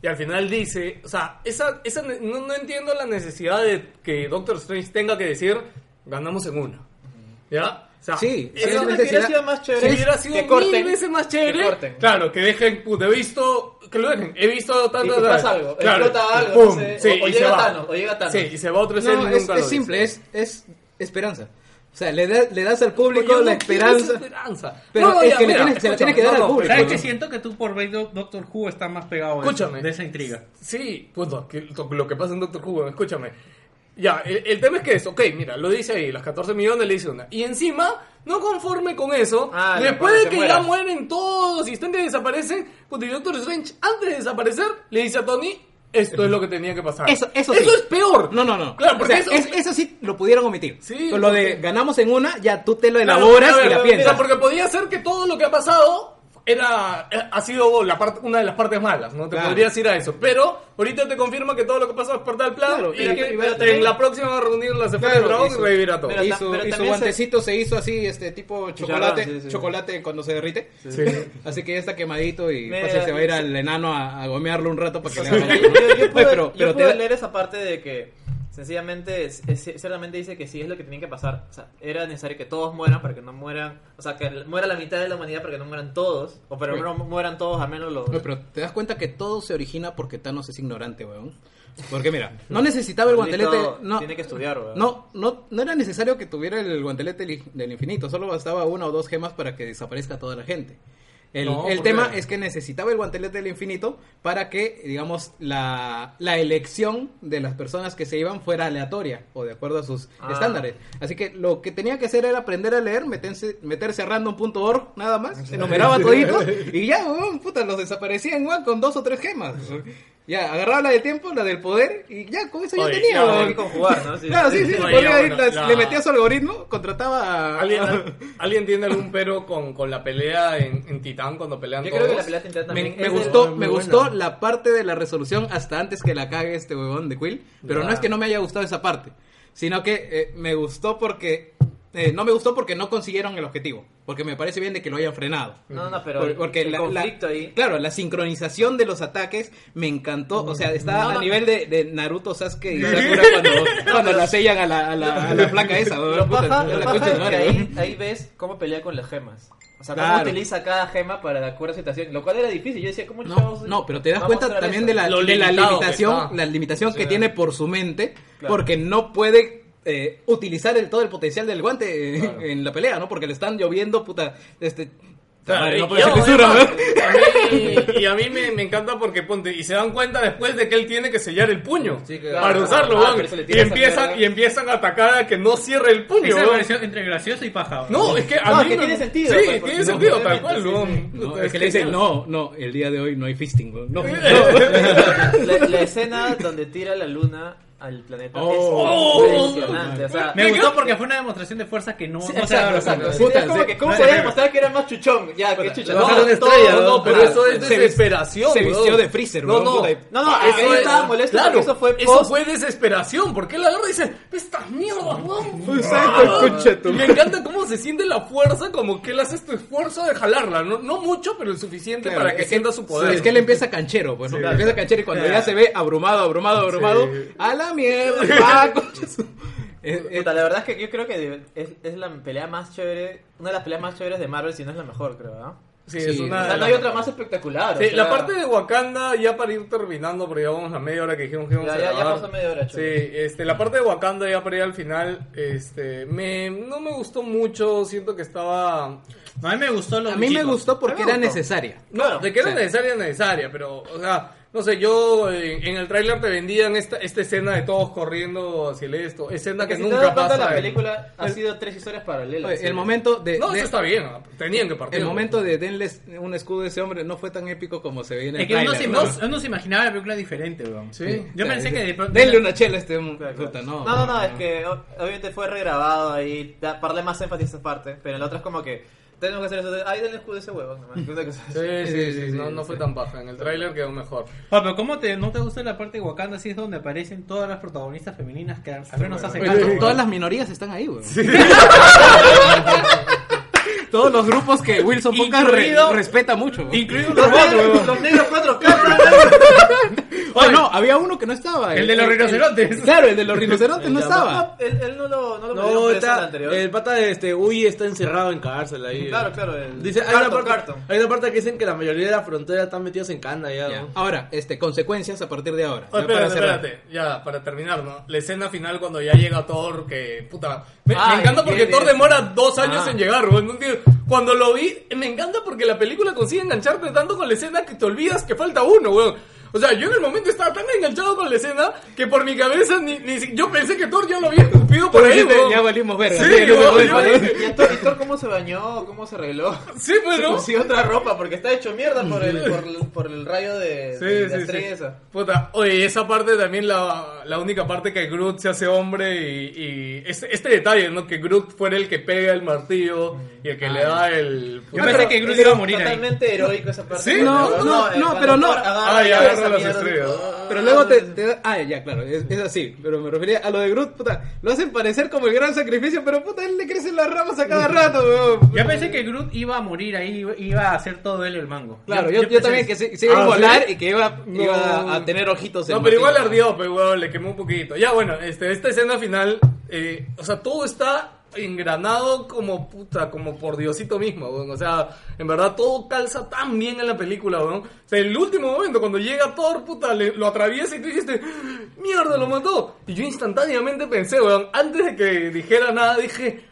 Speaker 2: y al final dice, o sea, esa, esa ne- no, no entiendo la necesidad de que Doctor Strange tenga que decir, ganamos en una. ¿Ya? O sea,
Speaker 5: Sí, sí,
Speaker 2: eso-
Speaker 5: es
Speaker 4: Eso
Speaker 5: necesidad.
Speaker 4: hubiera sido más
Speaker 2: si
Speaker 4: chévere.
Speaker 2: hubiera sido
Speaker 4: que corten,
Speaker 2: mil veces más chévere.
Speaker 4: que corten.
Speaker 2: Claro, que dejen, puta, he visto, que lo dejen, he visto
Speaker 4: Y
Speaker 2: tanto.
Speaker 4: que pasa algo, explota algo, no sé, o- o
Speaker 2: y
Speaker 4: llega
Speaker 2: se va.
Speaker 4: Thanos, o llega Thanos.
Speaker 2: Sí, y se va otro escenario
Speaker 5: No,
Speaker 2: y
Speaker 5: es,
Speaker 2: nunca
Speaker 5: es
Speaker 2: lo
Speaker 5: simple,
Speaker 2: dice.
Speaker 5: es, es esperanza. O sea, le, da- le das al público
Speaker 2: Yo no
Speaker 5: la
Speaker 2: quiero esa
Speaker 5: esperanza.
Speaker 2: esperanza.
Speaker 5: Pero
Speaker 2: No,
Speaker 5: es
Speaker 2: ya,
Speaker 5: que le
Speaker 2: mira,
Speaker 5: tienes- se la
Speaker 2: escúchame,
Speaker 5: tienes que dar
Speaker 2: no,
Speaker 5: al
Speaker 2: no,
Speaker 5: público.
Speaker 3: ¿Sabes
Speaker 5: Pero-
Speaker 3: que siento que tú por ver Do- Doctor Who estás más pegado de-
Speaker 2: Escúchame.
Speaker 3: de esa intriga?
Speaker 2: Sí, pues no, que- to- lo que pasa en Doctor Who, bueno, escúchame. Ya, el, el tema es que es, ok, mira, lo dice ahí, las 14 millones le dice una. Y encima, no conforme con eso,
Speaker 4: Ah, ya,
Speaker 2: después
Speaker 4: cuando
Speaker 2: de
Speaker 4: se
Speaker 2: que
Speaker 4: muera.
Speaker 2: ya mueren todos y están que desaparecen, cuando pues, Doctor Strange, antes de desaparecer, le dice a Tony, esto es lo que tenía que pasar.
Speaker 5: Eso, eso, sí.
Speaker 2: es peor.
Speaker 5: No, no, no.
Speaker 2: Claro, porque
Speaker 5: O sea,
Speaker 2: eso...
Speaker 5: es- eso sí lo pudieron omitir.
Speaker 2: Sí,
Speaker 5: Pero lo de
Speaker 2: porque-
Speaker 5: ganamos en una, ya tú te lo
Speaker 2: Claro,
Speaker 5: elaboras
Speaker 2: a ver,
Speaker 5: y la
Speaker 2: mira,
Speaker 5: piensas.
Speaker 2: porque podía ser que todo lo que ha pasado era eh, ha sido la parte una de las partes malas, ¿no? Te
Speaker 5: Claro.
Speaker 2: podrías ir a eso, pero ahorita te confirma que todo lo que pasó es parte del plan
Speaker 5: Claro,
Speaker 2: y,
Speaker 5: y-
Speaker 2: que
Speaker 5: y
Speaker 2: en
Speaker 5: bueno, también-
Speaker 2: la próxima va a reunir las esferas
Speaker 5: Claro,
Speaker 2: del dragón
Speaker 5: eso.
Speaker 2: y revivir a todos.
Speaker 4: Pero
Speaker 5: y
Speaker 4: ta-
Speaker 5: su,
Speaker 4: pero
Speaker 5: y su
Speaker 4: también se-
Speaker 5: guantecito se... hizo así, este tipo chocolate,
Speaker 4: sí, sí.
Speaker 5: chocolate cuando se derrite.
Speaker 4: Sí.
Speaker 5: Así que ya está quemadito y
Speaker 4: Mira,
Speaker 5: fácil se va a ir
Speaker 4: sí.
Speaker 5: al enano a, a gomearlo un rato para que le
Speaker 4: Yo,
Speaker 5: haga
Speaker 4: yo pude,
Speaker 5: Oye, pero,
Speaker 4: yo
Speaker 5: pero te
Speaker 4: pude
Speaker 5: da-
Speaker 4: leer esa parte de que sencillamente, es- es- ciertamente dice que sí es lo que tenía que pasar. O sea, era necesario que todos mueran para que no mueran, o sea, que muera la mitad de la humanidad para que no mueran todos, o para que no mueran todos, al menos los...
Speaker 5: Oye, pero te das cuenta que todo se origina porque Thanos es ignorante, weón. Porque mira, no necesitaba el guantelete.
Speaker 4: Maldito,
Speaker 5: No,
Speaker 4: tiene que estudiar, weón.
Speaker 5: No, no, no era necesario que tuviera el guantelete del- del infinito. Solo bastaba una o dos gemas para que desaparezca toda la gente. El,
Speaker 2: No,
Speaker 5: el
Speaker 2: ¿por
Speaker 5: tema
Speaker 2: qué?
Speaker 5: es que necesitaba el guantelete del infinito para que, digamos, la, la elección de las personas que se iban fuera aleatoria o de acuerdo a sus
Speaker 4: Ah.
Speaker 5: estándares. Así que lo que tenía que hacer era aprender a leer, meterse, meterse a random.org nada más, enumeraba toditos y ya, weón, puta, los desaparecían weón, con dos o tres gemas. Ya, agarraba la de tiempo, la del poder y ya, con eso ya
Speaker 2: Oye,
Speaker 5: tenía.
Speaker 2: ya,
Speaker 5: weón.
Speaker 4: hay que conjugar, ¿no? Sí.
Speaker 5: Claro, sí, sí,
Speaker 2: Oye,
Speaker 5: ponía
Speaker 2: ya,
Speaker 5: ahí
Speaker 2: bueno,
Speaker 5: las-
Speaker 2: la-
Speaker 5: le metía su algoritmo, contrataba a...
Speaker 2: ¿Alguien, ¿Alguien tiene algún pero con, con la pelea en, en Titán cuando pelean
Speaker 4: Yo
Speaker 2: todos?
Speaker 4: creo que la pelea tendrá
Speaker 5: Me,
Speaker 4: también...
Speaker 5: me
Speaker 4: es de-
Speaker 5: gustó,
Speaker 6: muy
Speaker 5: me
Speaker 6: buena.
Speaker 5: gustó la parte de la resolución hasta antes que la cague este huevón de Quill, pero no es que no me haya gustado esa parte, sino que eh, me gustó porque eh, no me gustó porque no consiguieron el objetivo, porque me parece bien de que lo hayan frenado.
Speaker 4: No, no, pero
Speaker 5: Por- porque
Speaker 4: el
Speaker 5: la- la-
Speaker 4: conflicto ahí...
Speaker 5: Claro, la sincronización de los ataques me encantó. O sea, está
Speaker 4: No,
Speaker 5: a
Speaker 4: no.
Speaker 5: nivel de, de Naruto, Sasuke y Sakura cuando, cuando la sellan a la, a la, a la placa esa.
Speaker 4: Lo
Speaker 5: weón. Puta,
Speaker 4: paja,
Speaker 5: la
Speaker 4: lo
Speaker 5: concha de
Speaker 4: paja es que
Speaker 5: madre,
Speaker 4: ahí,
Speaker 5: weón.
Speaker 4: ahí ves cómo pelea con las gemas. O sea,
Speaker 5: Claro.
Speaker 4: cómo utiliza cada gema para de acuerdo a la situación, lo cual era difícil. Yo decía, ¿cómo
Speaker 5: No,
Speaker 4: chavos
Speaker 5: no, pero te das
Speaker 4: va a
Speaker 5: cuenta
Speaker 4: mostrar
Speaker 5: también
Speaker 4: esto?
Speaker 5: de la,
Speaker 2: Lo
Speaker 5: de la
Speaker 2: limitado que
Speaker 5: limitación,
Speaker 2: está.
Speaker 5: la limitación que
Speaker 2: Sí.
Speaker 5: tiene por su mente,
Speaker 4: Claro.
Speaker 5: porque no puede eh, utilizar el, todo el potencial del guante eh, en la pelea, ¿no? Porque le están lloviendo, puta, este...
Speaker 2: Claro,
Speaker 5: madre,
Speaker 2: y-
Speaker 5: no puede
Speaker 2: y-
Speaker 5: ser
Speaker 2: no,
Speaker 5: censura,
Speaker 2: además,
Speaker 5: ¿no?
Speaker 2: a mí- Y a mí me, me encanta porque ponte y se dan cuenta después de que él tiene que sellar el puño
Speaker 6: Sí, claro.
Speaker 2: para
Speaker 4: Ah,
Speaker 2: usarlo,
Speaker 4: ah,
Speaker 2: weón.
Speaker 4: pero se le
Speaker 2: y
Speaker 4: tira esa
Speaker 2: empiezan
Speaker 4: mierda.
Speaker 2: y empiezan a atacar a que no cierre el puño.
Speaker 3: Esa me
Speaker 2: weón.
Speaker 3: pareció entre gracioso y paja. weón.
Speaker 2: No, es que a
Speaker 4: No,
Speaker 2: mí
Speaker 4: es que
Speaker 2: me-
Speaker 4: tiene sentido,
Speaker 2: Sí,
Speaker 4: pues, porque-
Speaker 2: tiene
Speaker 4: no,
Speaker 2: sentido, tal
Speaker 4: obviamente,
Speaker 2: cual,
Speaker 4: sí,
Speaker 2: weón.
Speaker 5: No,
Speaker 2: Puta,
Speaker 5: es que le dicen,
Speaker 2: genial.
Speaker 5: no, no, el día de hoy no hay fisting, no, no, no".
Speaker 4: La, la escena donde tira la luna al planeta.
Speaker 6: Oh.
Speaker 4: es impresionante. O sea,
Speaker 3: Me gustó porque fue una demostración de fuerza que no,
Speaker 4: Sí,
Speaker 3: no se
Speaker 4: exacto,
Speaker 3: daba
Speaker 4: exacto.
Speaker 3: los
Speaker 4: Sí,
Speaker 5: Puta,
Speaker 4: es como
Speaker 5: sí.
Speaker 4: que, ¿cómo
Speaker 3: No,
Speaker 4: podía
Speaker 3: sí.
Speaker 4: demostrar que era más chuchón? Ya, qué chucha.
Speaker 6: le bajaron estrella,
Speaker 4: todo,
Speaker 6: ¿no?
Speaker 4: no,
Speaker 6: Pero
Speaker 4: para-
Speaker 6: eso es
Speaker 4: se
Speaker 2: desesperación.
Speaker 5: Ah, se
Speaker 2: weón.
Speaker 5: vistió de Freezer,
Speaker 2: No,
Speaker 5: weón,
Speaker 2: no. Ah,
Speaker 5: puta.
Speaker 4: No, no,
Speaker 2: Eso
Speaker 4: ahí
Speaker 2: es-
Speaker 4: estaba molesto
Speaker 2: claro,
Speaker 4: porque eso fue
Speaker 2: Eso
Speaker 4: post-
Speaker 2: fue desesperación. Porque él agarra y dice: Estas mierdas, weón. Ah,
Speaker 6: concha de tu
Speaker 2: Y me encanta cómo se siente la fuerza, como que él hace este esfuerzo de jalarla. No, no mucho, pero el suficiente
Speaker 5: Claro,
Speaker 2: para que
Speaker 5: es
Speaker 2: sienta su poder.
Speaker 5: Es que él empieza canchero, pues, ¿no? Empieza canchero y cuando ya se ve abrumado, abrumado, abrumado, a la mierda, va, concha su- Eh, eh,
Speaker 4: Puta, la verdad es que yo creo que es, es la pelea más chévere, una de las peleas más chéveres de Marvel, si no es la mejor, creo, ¿no?
Speaker 2: Sí, es
Speaker 5: Sí,
Speaker 2: una.
Speaker 4: O sea, no hay otra más espectacular. o
Speaker 2: Sí, Eh, la
Speaker 4: sea,
Speaker 2: parte de Wakanda, ya para ir terminando, porque ya vamos a media hora que dijimos que íbamos
Speaker 4: Ya,
Speaker 2: a
Speaker 4: ya, ya
Speaker 2: grabar.
Speaker 4: pasó media hora,
Speaker 2: Sí,
Speaker 4: chulo.
Speaker 2: este, la parte de Wakanda, ya para ir al final, este, me, no me gustó mucho, siento que estaba...
Speaker 3: No, a mí me gustó lo
Speaker 5: a mí me gustó porque era necesaria.
Speaker 2: No, de que era necesaria, necesaria, pero, o sea, no sé, yo eh, en, el tráiler te vendían esta, esta escena de todos corriendo hacia el esto, escena
Speaker 4: Porque
Speaker 2: que
Speaker 4: si te das
Speaker 2: nunca
Speaker 4: cuenta,
Speaker 2: pasa.
Speaker 4: la
Speaker 2: en-
Speaker 4: película ha sido tres historias paralelas.
Speaker 5: Oye,
Speaker 4: sí.
Speaker 5: El momento de...
Speaker 2: No,
Speaker 5: de-
Speaker 2: eso está bien, tenían que partir.
Speaker 5: El momento de denle un escudo a ese hombre no fue tan épico como se ve en el
Speaker 3: Es que uno
Speaker 5: tráiler,
Speaker 3: se,
Speaker 5: ¿no?
Speaker 3: uno- uno se imaginaba la película diferente, weón.
Speaker 2: Sí.
Speaker 3: Yo pensé que de pronto.
Speaker 5: Denle una chela a este
Speaker 4: Claro, claro.
Speaker 5: puta, no.
Speaker 4: No, no, no, es que o- obviamente fue regrabado ahí, da- darle más énfasis a esa parte, pero en la otra es como que tenemos que hacer eso, de, ay, denle el escudo a ese huevo. nomás, una cosa así.
Speaker 2: Sí, sí, sí, no, no fue tan baja, en el tráiler quedó mejor.
Speaker 3: Ah, pero ¿cómo te, no te gusta la parte de Wakanda? Si es donde aparecen todas las protagonistas femeninas que al menos hacen
Speaker 5: Oye,
Speaker 3: caso.
Speaker 5: Todas las minorías están ahí, weón. Todos los grupos que Wilson Ponca re-
Speaker 3: Incluido-
Speaker 5: respeta mucho. weón.
Speaker 3: Incluido
Speaker 4: Los
Speaker 3: los robots,
Speaker 4: negros-
Speaker 3: weón.
Speaker 4: los negros cuatro caras.
Speaker 5: Oh, no, había uno que no estaba. eh,
Speaker 3: El de los rinocerontes.
Speaker 5: Claro, el de los rinocerontes no estaba.
Speaker 4: Él, él no lo, no lo metieron
Speaker 6: No,
Speaker 4: preso en la
Speaker 6: está,
Speaker 4: anterior.
Speaker 6: el pata de este, uy, está encerrado en cárcel ahí.
Speaker 4: Claro, claro. El...
Speaker 6: Dice, hay,
Speaker 4: Carton,
Speaker 6: una parte,
Speaker 4: Carton.
Speaker 6: hay una parte que dicen que la mayoría de la frontera están metidos en Cana ya. ¿no?
Speaker 5: Ahora, este, consecuencias a partir de ahora.
Speaker 2: Oh,
Speaker 5: Ya para
Speaker 2: espérate,
Speaker 5: cerrar.
Speaker 2: espérate, ya, para terminar, ¿no? La escena final cuando ya llega Thor, que puta. Me, me
Speaker 4: Ay,
Speaker 2: encanta porque
Speaker 4: bien,
Speaker 2: Thor
Speaker 4: bien.
Speaker 2: demora dos años
Speaker 5: Ah.
Speaker 2: en llegar, weón, no entiendo. Cuando lo vi, me encanta porque la película consigue engancharte tanto con la escena que te olvidas que falta uno, weón. O sea, yo en el momento estaba tan enganchado con la escena que por mi cabeza ni, ni si- yo pensé que Thor ya lo había escupido por
Speaker 5: Pero
Speaker 2: ahí,
Speaker 5: sí,
Speaker 2: weón.
Speaker 5: ya valimos verga.
Speaker 2: Sí,
Speaker 5: Sí, no se
Speaker 2: weón,
Speaker 5: puede
Speaker 2: yo-
Speaker 5: parar.
Speaker 4: ¿Y Héctor, Héctor cómo se bañó? ¿Cómo se arregló?
Speaker 2: Sí, pues,
Speaker 4: Se
Speaker 2: ¿no?
Speaker 4: consiguió otra ropa porque está hecho mierda por el, por el, por el rayo de,
Speaker 2: Sí,
Speaker 4: de la
Speaker 2: sí,
Speaker 4: estrella
Speaker 3: ah.
Speaker 2: sí.
Speaker 4: esa.
Speaker 2: Puta, oye, esa parte también la, la única parte que Groot se hace hombre y, y este, este detalle, ¿no? Que Groot fuera el que pega el martillo y el que le da el...
Speaker 3: Ah, Yo pensé que Groot iba a morir ahí.
Speaker 4: Totalmente heroico esa parte.
Speaker 2: Sí,
Speaker 5: no,
Speaker 4: Cuando-
Speaker 5: no,
Speaker 4: eh,
Speaker 5: no,
Speaker 4: cuando
Speaker 5: pero no.
Speaker 4: Thor agarra
Speaker 2: Ah, ya, agarra
Speaker 4: esa
Speaker 2: las
Speaker 4: mierda,
Speaker 2: estrellas.
Speaker 4: tipo,
Speaker 5: Pero luego te, te da... Ah, ya, claro, es, es así. Pero me refería a lo de Groot, puta. Lo hacen parecer como el gran sacrificio, pero puta, él le crecen las ramas a cada rato, weón.
Speaker 3: Yo pensé que Groot iba a morir ahí, iba- iba a hacer todo él el mango.
Speaker 5: Claro, yo, yo,
Speaker 3: pensé
Speaker 5: también que
Speaker 3: eso.
Speaker 5: se, se iba
Speaker 2: Ah,
Speaker 5: a volar
Speaker 2: ¿sí?
Speaker 5: y que iba,
Speaker 2: No.
Speaker 5: iba a tener ojitos en
Speaker 2: No, pero igual
Speaker 5: motivo.
Speaker 2: ardió, pero weón, le quemó un poquito. Ya, bueno, este, esta escena final, eh, o sea, todo está engranado como puta, como por Diosito mismo, weón. O sea, en verdad todo calza tan bien en la película, weón. O sea, el último momento, cuando llega Thor, puta, le- lo atraviesa y tú dijiste, "Ah, mierda, lo mató. Y yo instantáneamente pensé, weón, antes de que dijera nada, dije...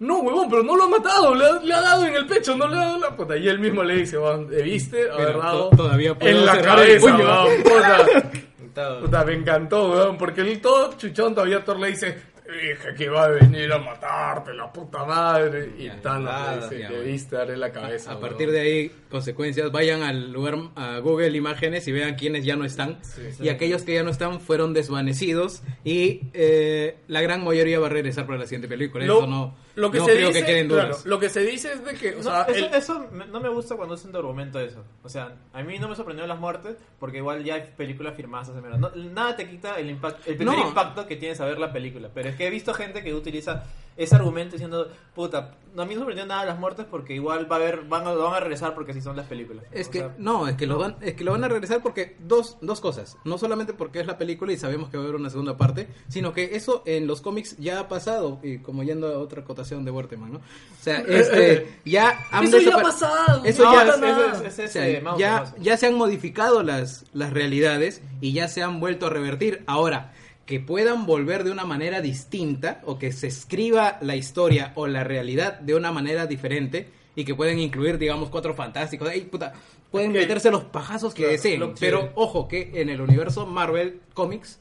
Speaker 2: No, huevón, pero no lo ha matado, le ha, le ha dado en el pecho, no le ha dado la puta. Y él mismo le dice, weón, ¿viste? Haber
Speaker 5: Pero
Speaker 2: dado
Speaker 5: to- todavía puedo
Speaker 2: en la
Speaker 5: cerrar el
Speaker 2: cabeza,
Speaker 5: puño.
Speaker 2: weón, puta. Puta, me encantó, weón, porque el todo chuchón todavía Thor le dice, "Te dije que iba a venir a matarte, la puta madre. Y Thanos
Speaker 5: nada,
Speaker 2: le dice,
Speaker 5: ya,
Speaker 2: te
Speaker 5: bueno.
Speaker 2: viste dar en la cabeza.
Speaker 5: A
Speaker 2: weón".
Speaker 5: partir de ahí, consecuencias, vayan al lugar, a Google Imágenes y vean quiénes ya no están. Y aquellos que ya no están fueron desvanecidos y eh, la gran mayoría va a regresar para la siguiente película.
Speaker 2: Lo,
Speaker 5: Eso no,
Speaker 2: lo que
Speaker 5: no
Speaker 2: se
Speaker 5: creo
Speaker 2: dice,
Speaker 5: que queden
Speaker 2: claro,
Speaker 5: dudas.
Speaker 2: lo que se dice es de que, o
Speaker 4: No,
Speaker 2: sea,
Speaker 4: eso,
Speaker 2: el-
Speaker 4: eso me- no me gusta cuando hacen de argumento eso. O sea, a mí no me sorprendió las muertes porque igual ya hay películas firmadas hace menos. No- nada te quita el, impact- el primer
Speaker 5: No.
Speaker 4: impacto que tiene saber la película. Pero es que he visto gente que utiliza ese argumento diciendo, puta, no, a mí no me sorprendió nada las muertes porque igual va a haber, van, a, van a regresar porque así son las películas.
Speaker 5: Es
Speaker 4: O
Speaker 5: que
Speaker 4: sea,
Speaker 5: no, es que lo van, es que lo van a regresar porque dos, dos cosas. No solamente porque es la película y sabemos que va a haber una segunda parte, sino que eso en los cómics ya ha pasado y como yendo a otra acotación de Werteman, ¿no? O sea, este, ya han
Speaker 2: Eso ya ha
Speaker 5: desapar-
Speaker 2: pasado,
Speaker 5: Eso
Speaker 4: no,
Speaker 5: ya,
Speaker 4: es-
Speaker 5: eso
Speaker 4: es-
Speaker 5: es-
Speaker 4: es- es
Speaker 5: o sea,
Speaker 4: ese Mauser,
Speaker 5: ya,
Speaker 4: Mauser.
Speaker 5: ya se han modificado las las realidades y ya se han vuelto a revertir. Ahora que puedan volver de una manera distinta o que se escriba la historia o la realidad de una manera diferente y que pueden incluir, digamos, cuatro fantásticos. Ay, puta, pueden meterse los pajazos que deseen,
Speaker 2: lo que-
Speaker 5: pero ojo que en el universo Marvel Comics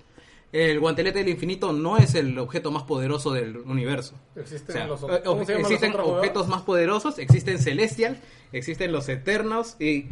Speaker 5: el guantelete del infinito no es el objeto más poderoso del universo.
Speaker 2: Existen
Speaker 5: O sea,
Speaker 2: los-
Speaker 5: eh,
Speaker 2: ¿cómo
Speaker 5: ob-
Speaker 2: se llaman los
Speaker 5: existen
Speaker 2: otros,
Speaker 5: objetos más poderosos, existen Celestial, existen los Eternos y,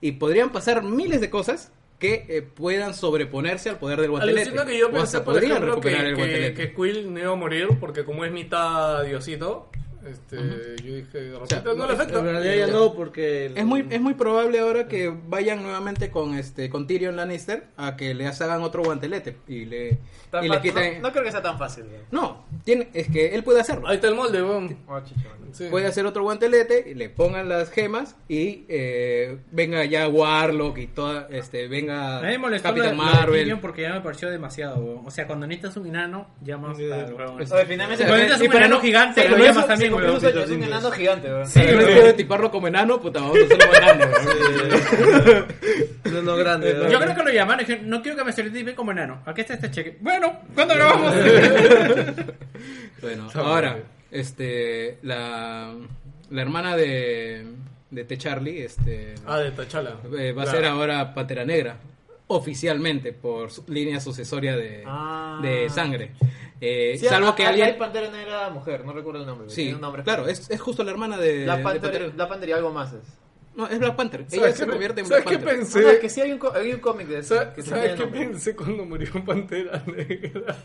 Speaker 5: y podrían pasar miles de cosas que eh, puedan sobreponerse al poder del guantelete.
Speaker 2: Alucina que yo
Speaker 5: O
Speaker 2: pensé,
Speaker 5: hasta
Speaker 2: por
Speaker 5: podrían
Speaker 2: ejemplo, que,
Speaker 5: recuperar el
Speaker 2: que,
Speaker 5: guantelete.
Speaker 2: que Quill no iba a morir porque como es mitad diosito, este, yo dije, de repente no le afecta.
Speaker 6: En realidad ya no, porque. el-
Speaker 5: Es muy, es muy probable ahora que vayan nuevamente con este con Tyrion Lannister a que le hagan otro guantelete y le,
Speaker 4: Tan
Speaker 5: y le
Speaker 4: fa-
Speaker 5: quiten.
Speaker 4: no,
Speaker 5: No,
Speaker 4: no creo que sea tan fácil. güey.
Speaker 5: tiene, es que él puede hacerlo.
Speaker 2: Ahí está el molde, weón.
Speaker 4: Oh, chichón.
Speaker 2: Sí.
Speaker 5: Puede hacer otro guantelete, y le pongan las gemas y eh, venga ya Warlock y toda, este, venga
Speaker 3: A mí me molestó
Speaker 5: Capitán
Speaker 3: lo de- lo de
Speaker 5: Marvel.
Speaker 3: Tyrion porque ya me pareció demasiado, weón. O sea, cuando necesitas un enano, llamas
Speaker 6: Sí,
Speaker 3: al
Speaker 6: sí.
Speaker 3: weón.
Speaker 4: Oye, Pues, finalmente.
Speaker 3: Y para
Speaker 4: se-
Speaker 3: un enano gigante,
Speaker 4: se
Speaker 3: lo
Speaker 4: comió
Speaker 3: llamas
Speaker 4: su-
Speaker 3: también,
Speaker 4: se comió
Speaker 3: weón.
Speaker 4: su- Es un enano gigante, weón.
Speaker 5: Si no quiero tiparlo como enano, puta, vamos a hacerlo más grande. weón.
Speaker 6: No, no, grande.
Speaker 3: Yo creo que lo llamaron y dijeron, no quiero que me estereotipen como enano. Aquí está este cheque. Bueno, ¿cuándo grabamos?
Speaker 5: Bueno, ahora, este, la, la hermana de, de T. Charlie, este,
Speaker 2: Ah, de Tachala.
Speaker 5: eh, va a ser ahora Patera Negra, oficialmente, por su- línea sucesoria de,
Speaker 4: Ah.
Speaker 5: de sangre. Eh,
Speaker 4: Sí, ah,
Speaker 5: salvo
Speaker 4: hay-
Speaker 5: que
Speaker 4: hay-
Speaker 5: alguien...
Speaker 4: Hay pantera negra mujer, no recuerdo el nombre. güey.
Speaker 5: Sí,
Speaker 4: Tiene un nombre.
Speaker 5: claro, es, es justo la hermana de,
Speaker 4: La
Speaker 5: de
Speaker 4: Pantera,
Speaker 5: Pantera-
Speaker 4: la Pantera y algo más es.
Speaker 5: No, es Black Panther. Ella
Speaker 2: ¿Sabes
Speaker 5: se
Speaker 2: qué-
Speaker 5: convierte en Black
Speaker 2: ¿Sabes qué
Speaker 5: Panther.
Speaker 4: Ah, no, es
Speaker 2: pensé?
Speaker 4: que sí hay un, co- hay un cómic de eso.
Speaker 2: ¿Sabes
Speaker 4: que sí
Speaker 2: sabes
Speaker 4: tiene
Speaker 2: qué
Speaker 4: nombre.
Speaker 2: pensé cuando murió Pantera Negra?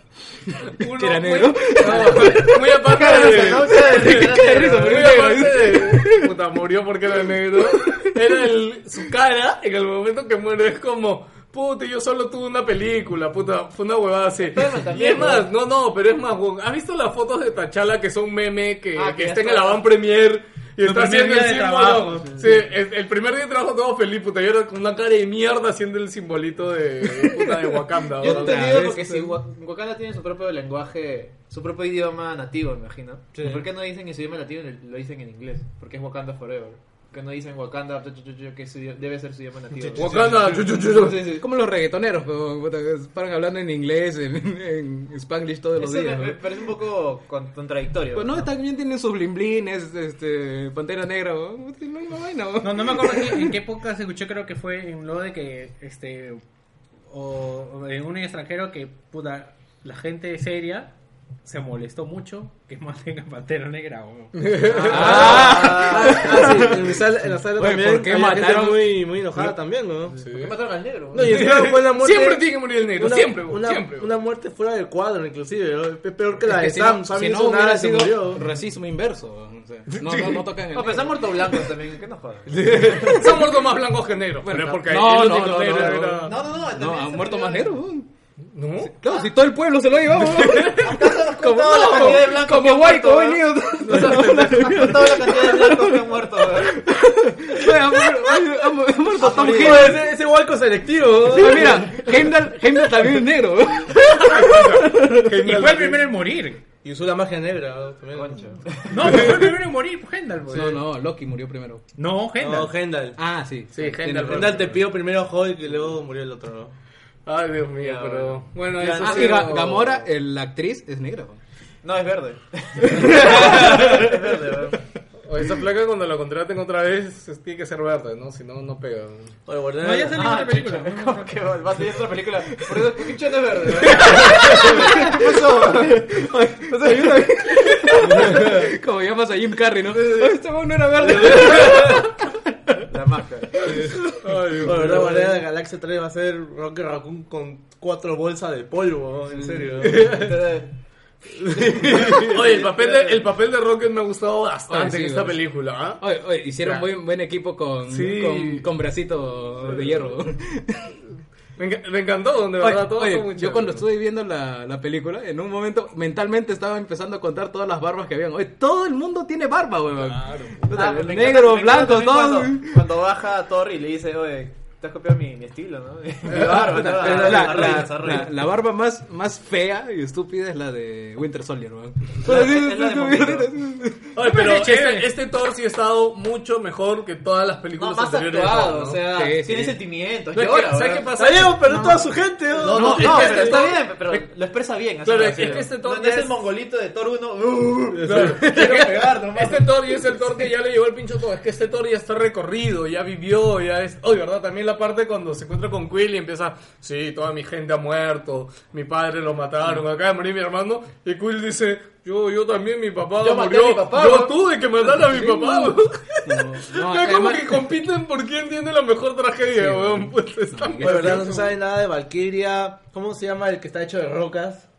Speaker 2: Uno
Speaker 5: era
Speaker 2: muy-
Speaker 5: negro?
Speaker 2: No, Muy aparte
Speaker 4: Claro,
Speaker 2: de...
Speaker 4: ¿no? Claro, claro,
Speaker 2: Qué risa,
Speaker 4: claro.
Speaker 2: muy aparte de... Puta, murió porque era negro. Era el, su cara en el momento que muere. Es como... Puta, yo solo tuve una película, puta, fue una huevada así.
Speaker 4: Spider-Man
Speaker 2: Y
Speaker 4: también,
Speaker 2: es más, no, no, pero es más, weón, ¿has visto las fotos de Tachala que son meme que,
Speaker 4: Ah,
Speaker 2: que
Speaker 4: que
Speaker 2: está en
Speaker 4: ya
Speaker 2: el
Speaker 4: está.
Speaker 2: avant premier y está
Speaker 3: primer
Speaker 2: haciendo el
Speaker 3: día de
Speaker 2: símbolo?
Speaker 3: trabajo, sí.
Speaker 2: Sí, el, el primer día de trabajo todo feliz, puta, yo era con una cara de mierda haciendo el simbolito de, puta, de Wakanda.
Speaker 4: Yo no
Speaker 2: ¿verdad?
Speaker 3: Ah,
Speaker 4: entendido porque si Wa- Wakanda tiene su propio lenguaje, su propio idioma nativo, me imagino. ¿Por qué no dicen en su idioma nativo y lo dicen en inglés? Porque es Wakanda Forever. ¿Por qué no dicen Wakanda tu, tu, tu, tu, que es su idi- debe ser su idioma nativo?
Speaker 2: Wakanda, chu, chu, chu, chu.
Speaker 4: Sí, sí.
Speaker 5: Como los reggaetoneros, pero, puta, paran hablando en inglés, en, en spanglish todos los
Speaker 4: Eso me,
Speaker 5: días.
Speaker 4: me
Speaker 5: ¿no?
Speaker 4: parece un poco con- contradictorio.
Speaker 5: Pues no,
Speaker 4: ¿no?
Speaker 5: también tienen sus blimblines, este, Pantera Negra, ¿no? Es la misma vaina, ¿no?
Speaker 3: No, no me acuerdo en, en qué podcast escuché, creo que fue en lo de que, este, o, o en un extranjero que, puta, la gente seria se molestó mucho que maten a Pantera Negra, weón.
Speaker 6: Ah, sí, en, mi sala- en la sala
Speaker 5: Oye,
Speaker 6: también.
Speaker 5: ¿por qué
Speaker 6: había gente
Speaker 5: mataron?
Speaker 6: muy, muy enojada también, ¿no?
Speaker 4: ¿Por qué mataron al negro?
Speaker 6: No, y encima fue una muerte.
Speaker 2: Siempre tiene que morir el negro,
Speaker 6: una,
Speaker 2: siempre, weón,
Speaker 6: una,
Speaker 2: siempre.
Speaker 6: una muerte fuera del cuadro, inclusive. ¿no? Pe- Peor que la de
Speaker 5: Es que si
Speaker 6: Sam.
Speaker 5: no-
Speaker 6: Sam
Speaker 5: si
Speaker 6: hizo
Speaker 5: no hubiera
Speaker 6: nada, se
Speaker 5: sido
Speaker 6: murió.
Speaker 5: racismo inverso. o sea, no, no, no tocan el
Speaker 4: No,
Speaker 5: negro.
Speaker 4: pero están muertos blancos también, que no jodas.
Speaker 2: Son muertos más blancos que negros. Pero es porque
Speaker 5: no,
Speaker 2: el
Speaker 5: no,
Speaker 2: único
Speaker 5: no,
Speaker 2: negro
Speaker 5: no,
Speaker 2: era-
Speaker 4: No, no, no.
Speaker 5: No,
Speaker 4: también
Speaker 5: han
Speaker 4: se
Speaker 5: muerto
Speaker 4: murió-
Speaker 5: más negros. weón.
Speaker 2: ¿No?
Speaker 5: Claro, si todo el pueblo se lo ha llevado. weón.
Speaker 4: ¿Acaso no
Speaker 5: Como,
Speaker 4: contaba la cantidad de blancos que
Speaker 5: como
Speaker 4: han
Speaker 5: Guayco,
Speaker 4: muerto,
Speaker 5: oye,
Speaker 4: ¿no? Contaba la cantidad de blancos que han muerto, weón.
Speaker 5: ha muer- ha muer- ha muerto Tom
Speaker 4: morir.
Speaker 5: Hiddleston.
Speaker 6: Ese, ese hualco selectivo.
Speaker 5: Oye, Mira, Heimdall, Heimdall también es negro. weón.
Speaker 3: Y fue el primero en morir.
Speaker 6: Y usó la magia negra. ¿no? También.
Speaker 3: No, pero fue el primero en morir, fue Hendal, weón.
Speaker 5: No, no, Loki murió primero.
Speaker 3: No, Hendal.
Speaker 4: Oh,
Speaker 6: No, Hendal.
Speaker 5: Ah, sí.
Speaker 2: Sí, Hendal.
Speaker 6: Hendal te pidió primero Hulk y luego murió el otro, ¿no?
Speaker 2: Ay, Dios mío,
Speaker 4: Ya,
Speaker 2: pero... Bueno,
Speaker 4: Ya,
Speaker 2: eso
Speaker 5: Ah,
Speaker 2: sí
Speaker 5: y Ga-
Speaker 2: no-
Speaker 5: Gamora, el- la actriz, es negra. weón.
Speaker 4: No, es verde. es verde, weón.
Speaker 2: O esa placa cuando la contraten otra vez es- tiene que ser verde, ¿no? Si no, no pega.
Speaker 6: Oye, Ah, guardián.
Speaker 3: No, ya salió otra película.
Speaker 4: ¿Cómo que va? Va a salir otra película. Por eso, ¿qué chete verde? ¿Qué pasó?
Speaker 5: Como llamas a Jim Carrey, ¿no? Oye, Este weón no era verde.
Speaker 4: La máscara.
Speaker 6: Bueno, verdad, Guardián de la Galaxia 3 va a ser Rocky Raccoon con cuatro bolsas de polvo, ¿no? en serio.
Speaker 2: Oye, el papel, de, el papel de Rocket me ha gustado bastante
Speaker 5: Ay, sí,
Speaker 2: en esta
Speaker 5: güey.
Speaker 2: película, ¿ah?
Speaker 5: Oye, oye, hicieron
Speaker 2: Claro.
Speaker 5: buen, buen equipo con,
Speaker 2: Sí.
Speaker 5: con, con bracito de hierro.
Speaker 2: Me, enca- me encantó, de
Speaker 5: Oye,
Speaker 2: verdad, todo
Speaker 5: oye,
Speaker 2: fue muy
Speaker 5: yo
Speaker 2: chévere.
Speaker 5: cuando estuve viendo la, la película, en un momento mentalmente estaba empezando a contar todas las barbas que habían. Oye, todo el mundo tiene barba, weón. Puta,
Speaker 4: Ah, me
Speaker 5: negro,
Speaker 4: encanta-
Speaker 5: blanco,
Speaker 4: me encanta
Speaker 5: todo.
Speaker 4: también Cuando, cuando baja a Thor y le dice, oye, te has copiado mi, mi estilo, ¿no?
Speaker 2: Eh,
Speaker 4: Mi barba,
Speaker 5: Puta,
Speaker 4: ¿no?
Speaker 5: pero la,
Speaker 4: Ah, arreglas,
Speaker 5: la-
Speaker 4: arreglas.
Speaker 5: la- la barba más, más fea y estúpida es la de Winter Soldier, weón.
Speaker 4: es la de Momento.
Speaker 2: Oye, pero
Speaker 3: Leche,
Speaker 2: este,
Speaker 3: sí.
Speaker 2: este Thor sí ha estado mucho mejor que todas las
Speaker 4: No,
Speaker 2: películas
Speaker 4: más
Speaker 2: anteriores. de
Speaker 4: actuado,
Speaker 2: Thor, ¿no?
Speaker 4: o sea,
Speaker 5: Sí, sí.
Speaker 4: tiene sentimientos,
Speaker 2: ¿Sabes qué-
Speaker 4: llora,
Speaker 2: ¿Sabes
Speaker 4: weón.
Speaker 2: qué pasa?
Speaker 6: Salió, pero toda su gente. ¿no?
Speaker 4: No, no,
Speaker 2: No, es que
Speaker 4: pero
Speaker 2: este
Speaker 4: está
Speaker 2: Thor-
Speaker 4: bien, pero lo expresa bien. así,
Speaker 2: Claro,
Speaker 4: ¿no?
Speaker 2: es que este Thor
Speaker 4: No,
Speaker 2: ya
Speaker 4: es el
Speaker 2: es- Pues,
Speaker 4: mongolito de Thor 1. "Uh,
Speaker 2: Claro.
Speaker 4: Quiero pegar, nomás.
Speaker 2: Este Thor y es el Thor que ya le llevó el pincho todo. Es que este Thor ya está recorrido, ya vivió, ya es. Oye, ¿verdad? También la parte cuando se encuentra con Quill y empieza. Sí, toda mi gente ha muerto, mi padre lo mataron, acaba de morir mi hermano. Y Quill dice. Yo, yo también, mi papá
Speaker 4: Yo maté
Speaker 2: murió.
Speaker 4: a mi papá,
Speaker 2: yo
Speaker 4: ¿no?
Speaker 2: tuve que matar a mi papá. weón.
Speaker 5: no,
Speaker 2: es como
Speaker 5: además-
Speaker 2: que compiten por quién tiene la mejor tragedia,
Speaker 5: Sí,
Speaker 2: weón. Pues está
Speaker 6: De verdad no se sabe nada de Valkyria. ¿Cómo se llama el que está hecho de rocas?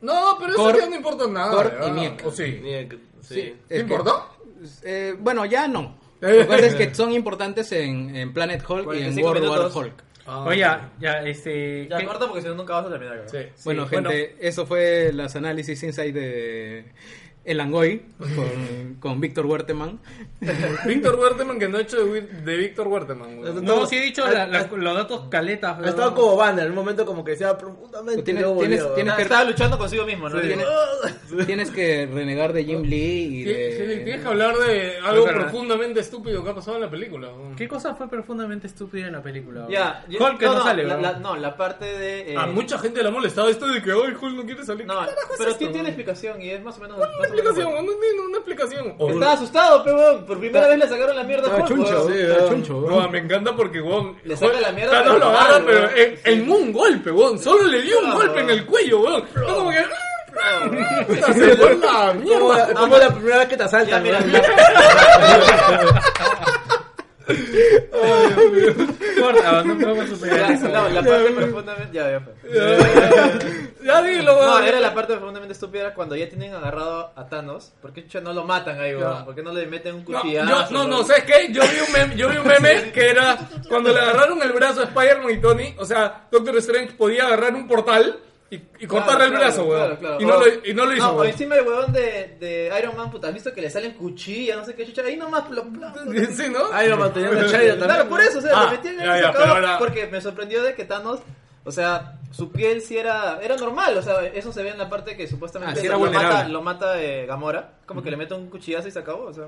Speaker 2: No, pero
Speaker 5: Cor-
Speaker 2: eso ya no importa nada.
Speaker 5: Cor
Speaker 2: ¿verdad?
Speaker 5: y Miek.
Speaker 2: ¿O Oh, sí?
Speaker 6: Ni- Sí.
Speaker 5: Es que-
Speaker 2: ¿Importó?
Speaker 5: Eh, bueno, ya no. Lo que pasa es que son importantes en, en Planet Hulk y en
Speaker 4: 45
Speaker 5: World War
Speaker 4: minutos. Ah,
Speaker 5: Hulk.
Speaker 2: Ah,
Speaker 3: Oye, ya, ya, este.
Speaker 4: Ya
Speaker 3: ¿qué-
Speaker 4: corta porque si no nunca vas a terminar. weón.
Speaker 2: Sí.
Speaker 5: Bueno, gente, eso fue las análisis insight de El Angoy con, con Víctor Huerteman.
Speaker 2: Víctor Werteman, que no ha hecho de, Wi- de Víctor Werteman, weón.
Speaker 3: No, sí he dicho
Speaker 6: Ha-
Speaker 3: la- la-
Speaker 6: ha-
Speaker 3: los datos caletas.
Speaker 6: Ah, Ha estado como Banner en un momento como que decía profundamente.
Speaker 5: Tienes-
Speaker 6: luego
Speaker 5: tienes-
Speaker 6: volvió,
Speaker 5: tienes-
Speaker 4: Nada, Ah, Estaba luchando consigo mismo, ¿no?
Speaker 5: Tienes, tienes que renegar de Jim Lee y
Speaker 2: Tien- Tienes tienes que
Speaker 5: de...
Speaker 2: hablar de algo
Speaker 3: Pero-
Speaker 2: profundamente estúpido que ha pasado en la película. weón.
Speaker 3: ¿Qué cosa fue profundamente estúpida en la película?
Speaker 4: Ya, yo-
Speaker 3: Hulk que no, sale,
Speaker 4: la,
Speaker 3: weón.
Speaker 4: la- No, la parte de. eh,
Speaker 2: A mucha gente le ha molestado esto de que hoy Hulk no quiere salir.
Speaker 4: No,
Speaker 2: ¿Qué carajo es
Speaker 4: pero
Speaker 2: esto,
Speaker 4: tiene,
Speaker 2: weón?
Speaker 4: tiene explicación y es más o menos.
Speaker 2: una explicación, weón, no tiene una explicación. O-
Speaker 4: Estaba asustado, pero weón, por primera vez le sacaron la mierda a Hulk,
Speaker 5: chuncho,
Speaker 4: weón.
Speaker 5: está chuncho.
Speaker 2: Weón, me encanta porque weón,
Speaker 4: Le saca la mierda
Speaker 2: Thanos
Speaker 4: de
Speaker 2: lo
Speaker 4: la
Speaker 2: agarra,
Speaker 4: mano,
Speaker 2: pero
Speaker 4: weón.
Speaker 2: en, en un golpe, weón. Solo le dio un
Speaker 4: Bro.
Speaker 2: golpe en el cuello, weón. Está como que. Puta, Se fue la
Speaker 6: Como
Speaker 2: mierda.
Speaker 6: la- como la primera vez que te
Speaker 4: Ya,
Speaker 6: asaltan.
Speaker 4: mira,
Speaker 6: ¿no?
Speaker 3: Corta, no podemos superar
Speaker 4: la,
Speaker 3: eso.
Speaker 4: la- la parte profundamente. Ya, ya fue.
Speaker 2: Ya dilo,
Speaker 4: No,
Speaker 2: weón.
Speaker 4: era la parte profundamente estúpida cuando ya tienen agarrado a Thanos. ¿Por qué chucha, no lo matan ahí, weón?
Speaker 2: Ya.
Speaker 4: ¿Por qué no le meten un
Speaker 2: No,
Speaker 4: cuchillazo?
Speaker 2: yo- no, no,
Speaker 4: weón?
Speaker 2: ¿sabes qué? Yo vi un meme, yo vi un meme que era cuando le agarraron el brazo a Spider-Man y Tony, o sea, Doctor Strange podía agarrar un portal y, y cortarle
Speaker 4: Claro,
Speaker 2: el
Speaker 4: claro,
Speaker 2: brazo, weón.
Speaker 4: claro, claro.
Speaker 2: y, no lo, y no lo hizo,
Speaker 4: No, o
Speaker 2: weón.
Speaker 4: encima el weón de, de Iron Man, puta, has visto que le salen cuchillas, no sé qué chucha. Ahí nomás lo plantan.
Speaker 2: Sí, ¿no?
Speaker 6: Ahí lo mantenían en China también.
Speaker 4: Claro, por eso, o sea,
Speaker 2: Ah,
Speaker 4: lo metían en
Speaker 2: ya,
Speaker 4: el
Speaker 2: ya,
Speaker 4: sacado
Speaker 2: pero ahora-
Speaker 4: porque me sorprendió de que Thanos, o sea, su piel sí era, era normal, o sea, eso se ve en la parte que supuestamente
Speaker 5: Ah, sí era
Speaker 4: lo, mata,
Speaker 5: vulnerable.
Speaker 4: lo mata eh, Gamora, como que le mete un cuchillazo y se acabó, o sea,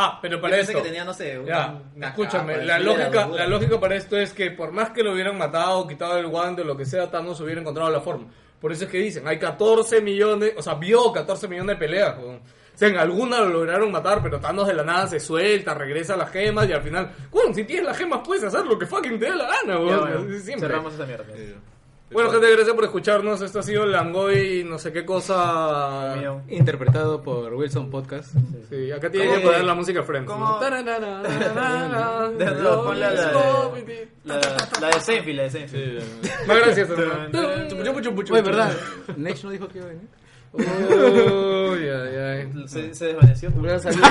Speaker 2: Ah, pero
Speaker 4: yo
Speaker 2: para
Speaker 4: pensé
Speaker 2: eso.
Speaker 4: que tenía, no sé, una-
Speaker 2: Ya,
Speaker 4: una
Speaker 2: escúchame,
Speaker 4: capa,
Speaker 2: la
Speaker 4: sí,
Speaker 2: lógica,
Speaker 4: dura.
Speaker 2: la lógica para esto es que por más que lo hubieran matado, quitado el guante o lo que sea, Thanos hubiera encontrado la forma. Por eso es que dicen, hay 14 millones, o sea, vio 14 millones de peleas. weón. O sea, en alguna lo lograron matar, pero Thanos de la nada se suelta, regresa las gemas y al final, bueno, si tienes las gemas puedes hacer lo que fucking te dé la gana,
Speaker 4: Ya,
Speaker 2: weón.
Speaker 4: bueno,
Speaker 2: Así siempre.
Speaker 4: cerramos este esa mierda.
Speaker 2: Bueno, gente, gracias por escucharnos. Esto ha sido Langoy, no sé qué cosa.
Speaker 4: Mío.
Speaker 5: Interpretado por Wilson Podcast.
Speaker 2: Sí, acá tiene que
Speaker 4: ¿Cómo?
Speaker 2: poner la música Friends.
Speaker 4: ¿Cómo?
Speaker 2: ¿no? Tararara, tararara,
Speaker 4: De nuevo, ponle la de,
Speaker 2: Scooby-Doo.
Speaker 4: la, la de Seinfeld, la de Seinfeld.
Speaker 2: Más gracias, hermano. Chupu, chupu, chupu,
Speaker 5: Oye, ¿verdad? Nech no dijo que iba a venir.
Speaker 2: chupu. Uy, ay, ay.
Speaker 4: Se, se desvaneció.
Speaker 6: Gran saludo.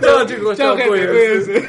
Speaker 2: Chao, chicos. Chao, pues.
Speaker 5: gente,
Speaker 2: cuídense.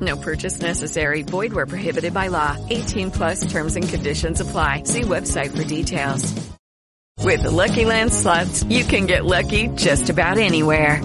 Speaker 1: No purchase necessary. Void where prohibited by law. 18 plus terms and conditions apply. See website for details. With the Lucky Land Slots, you can get lucky just about anywhere.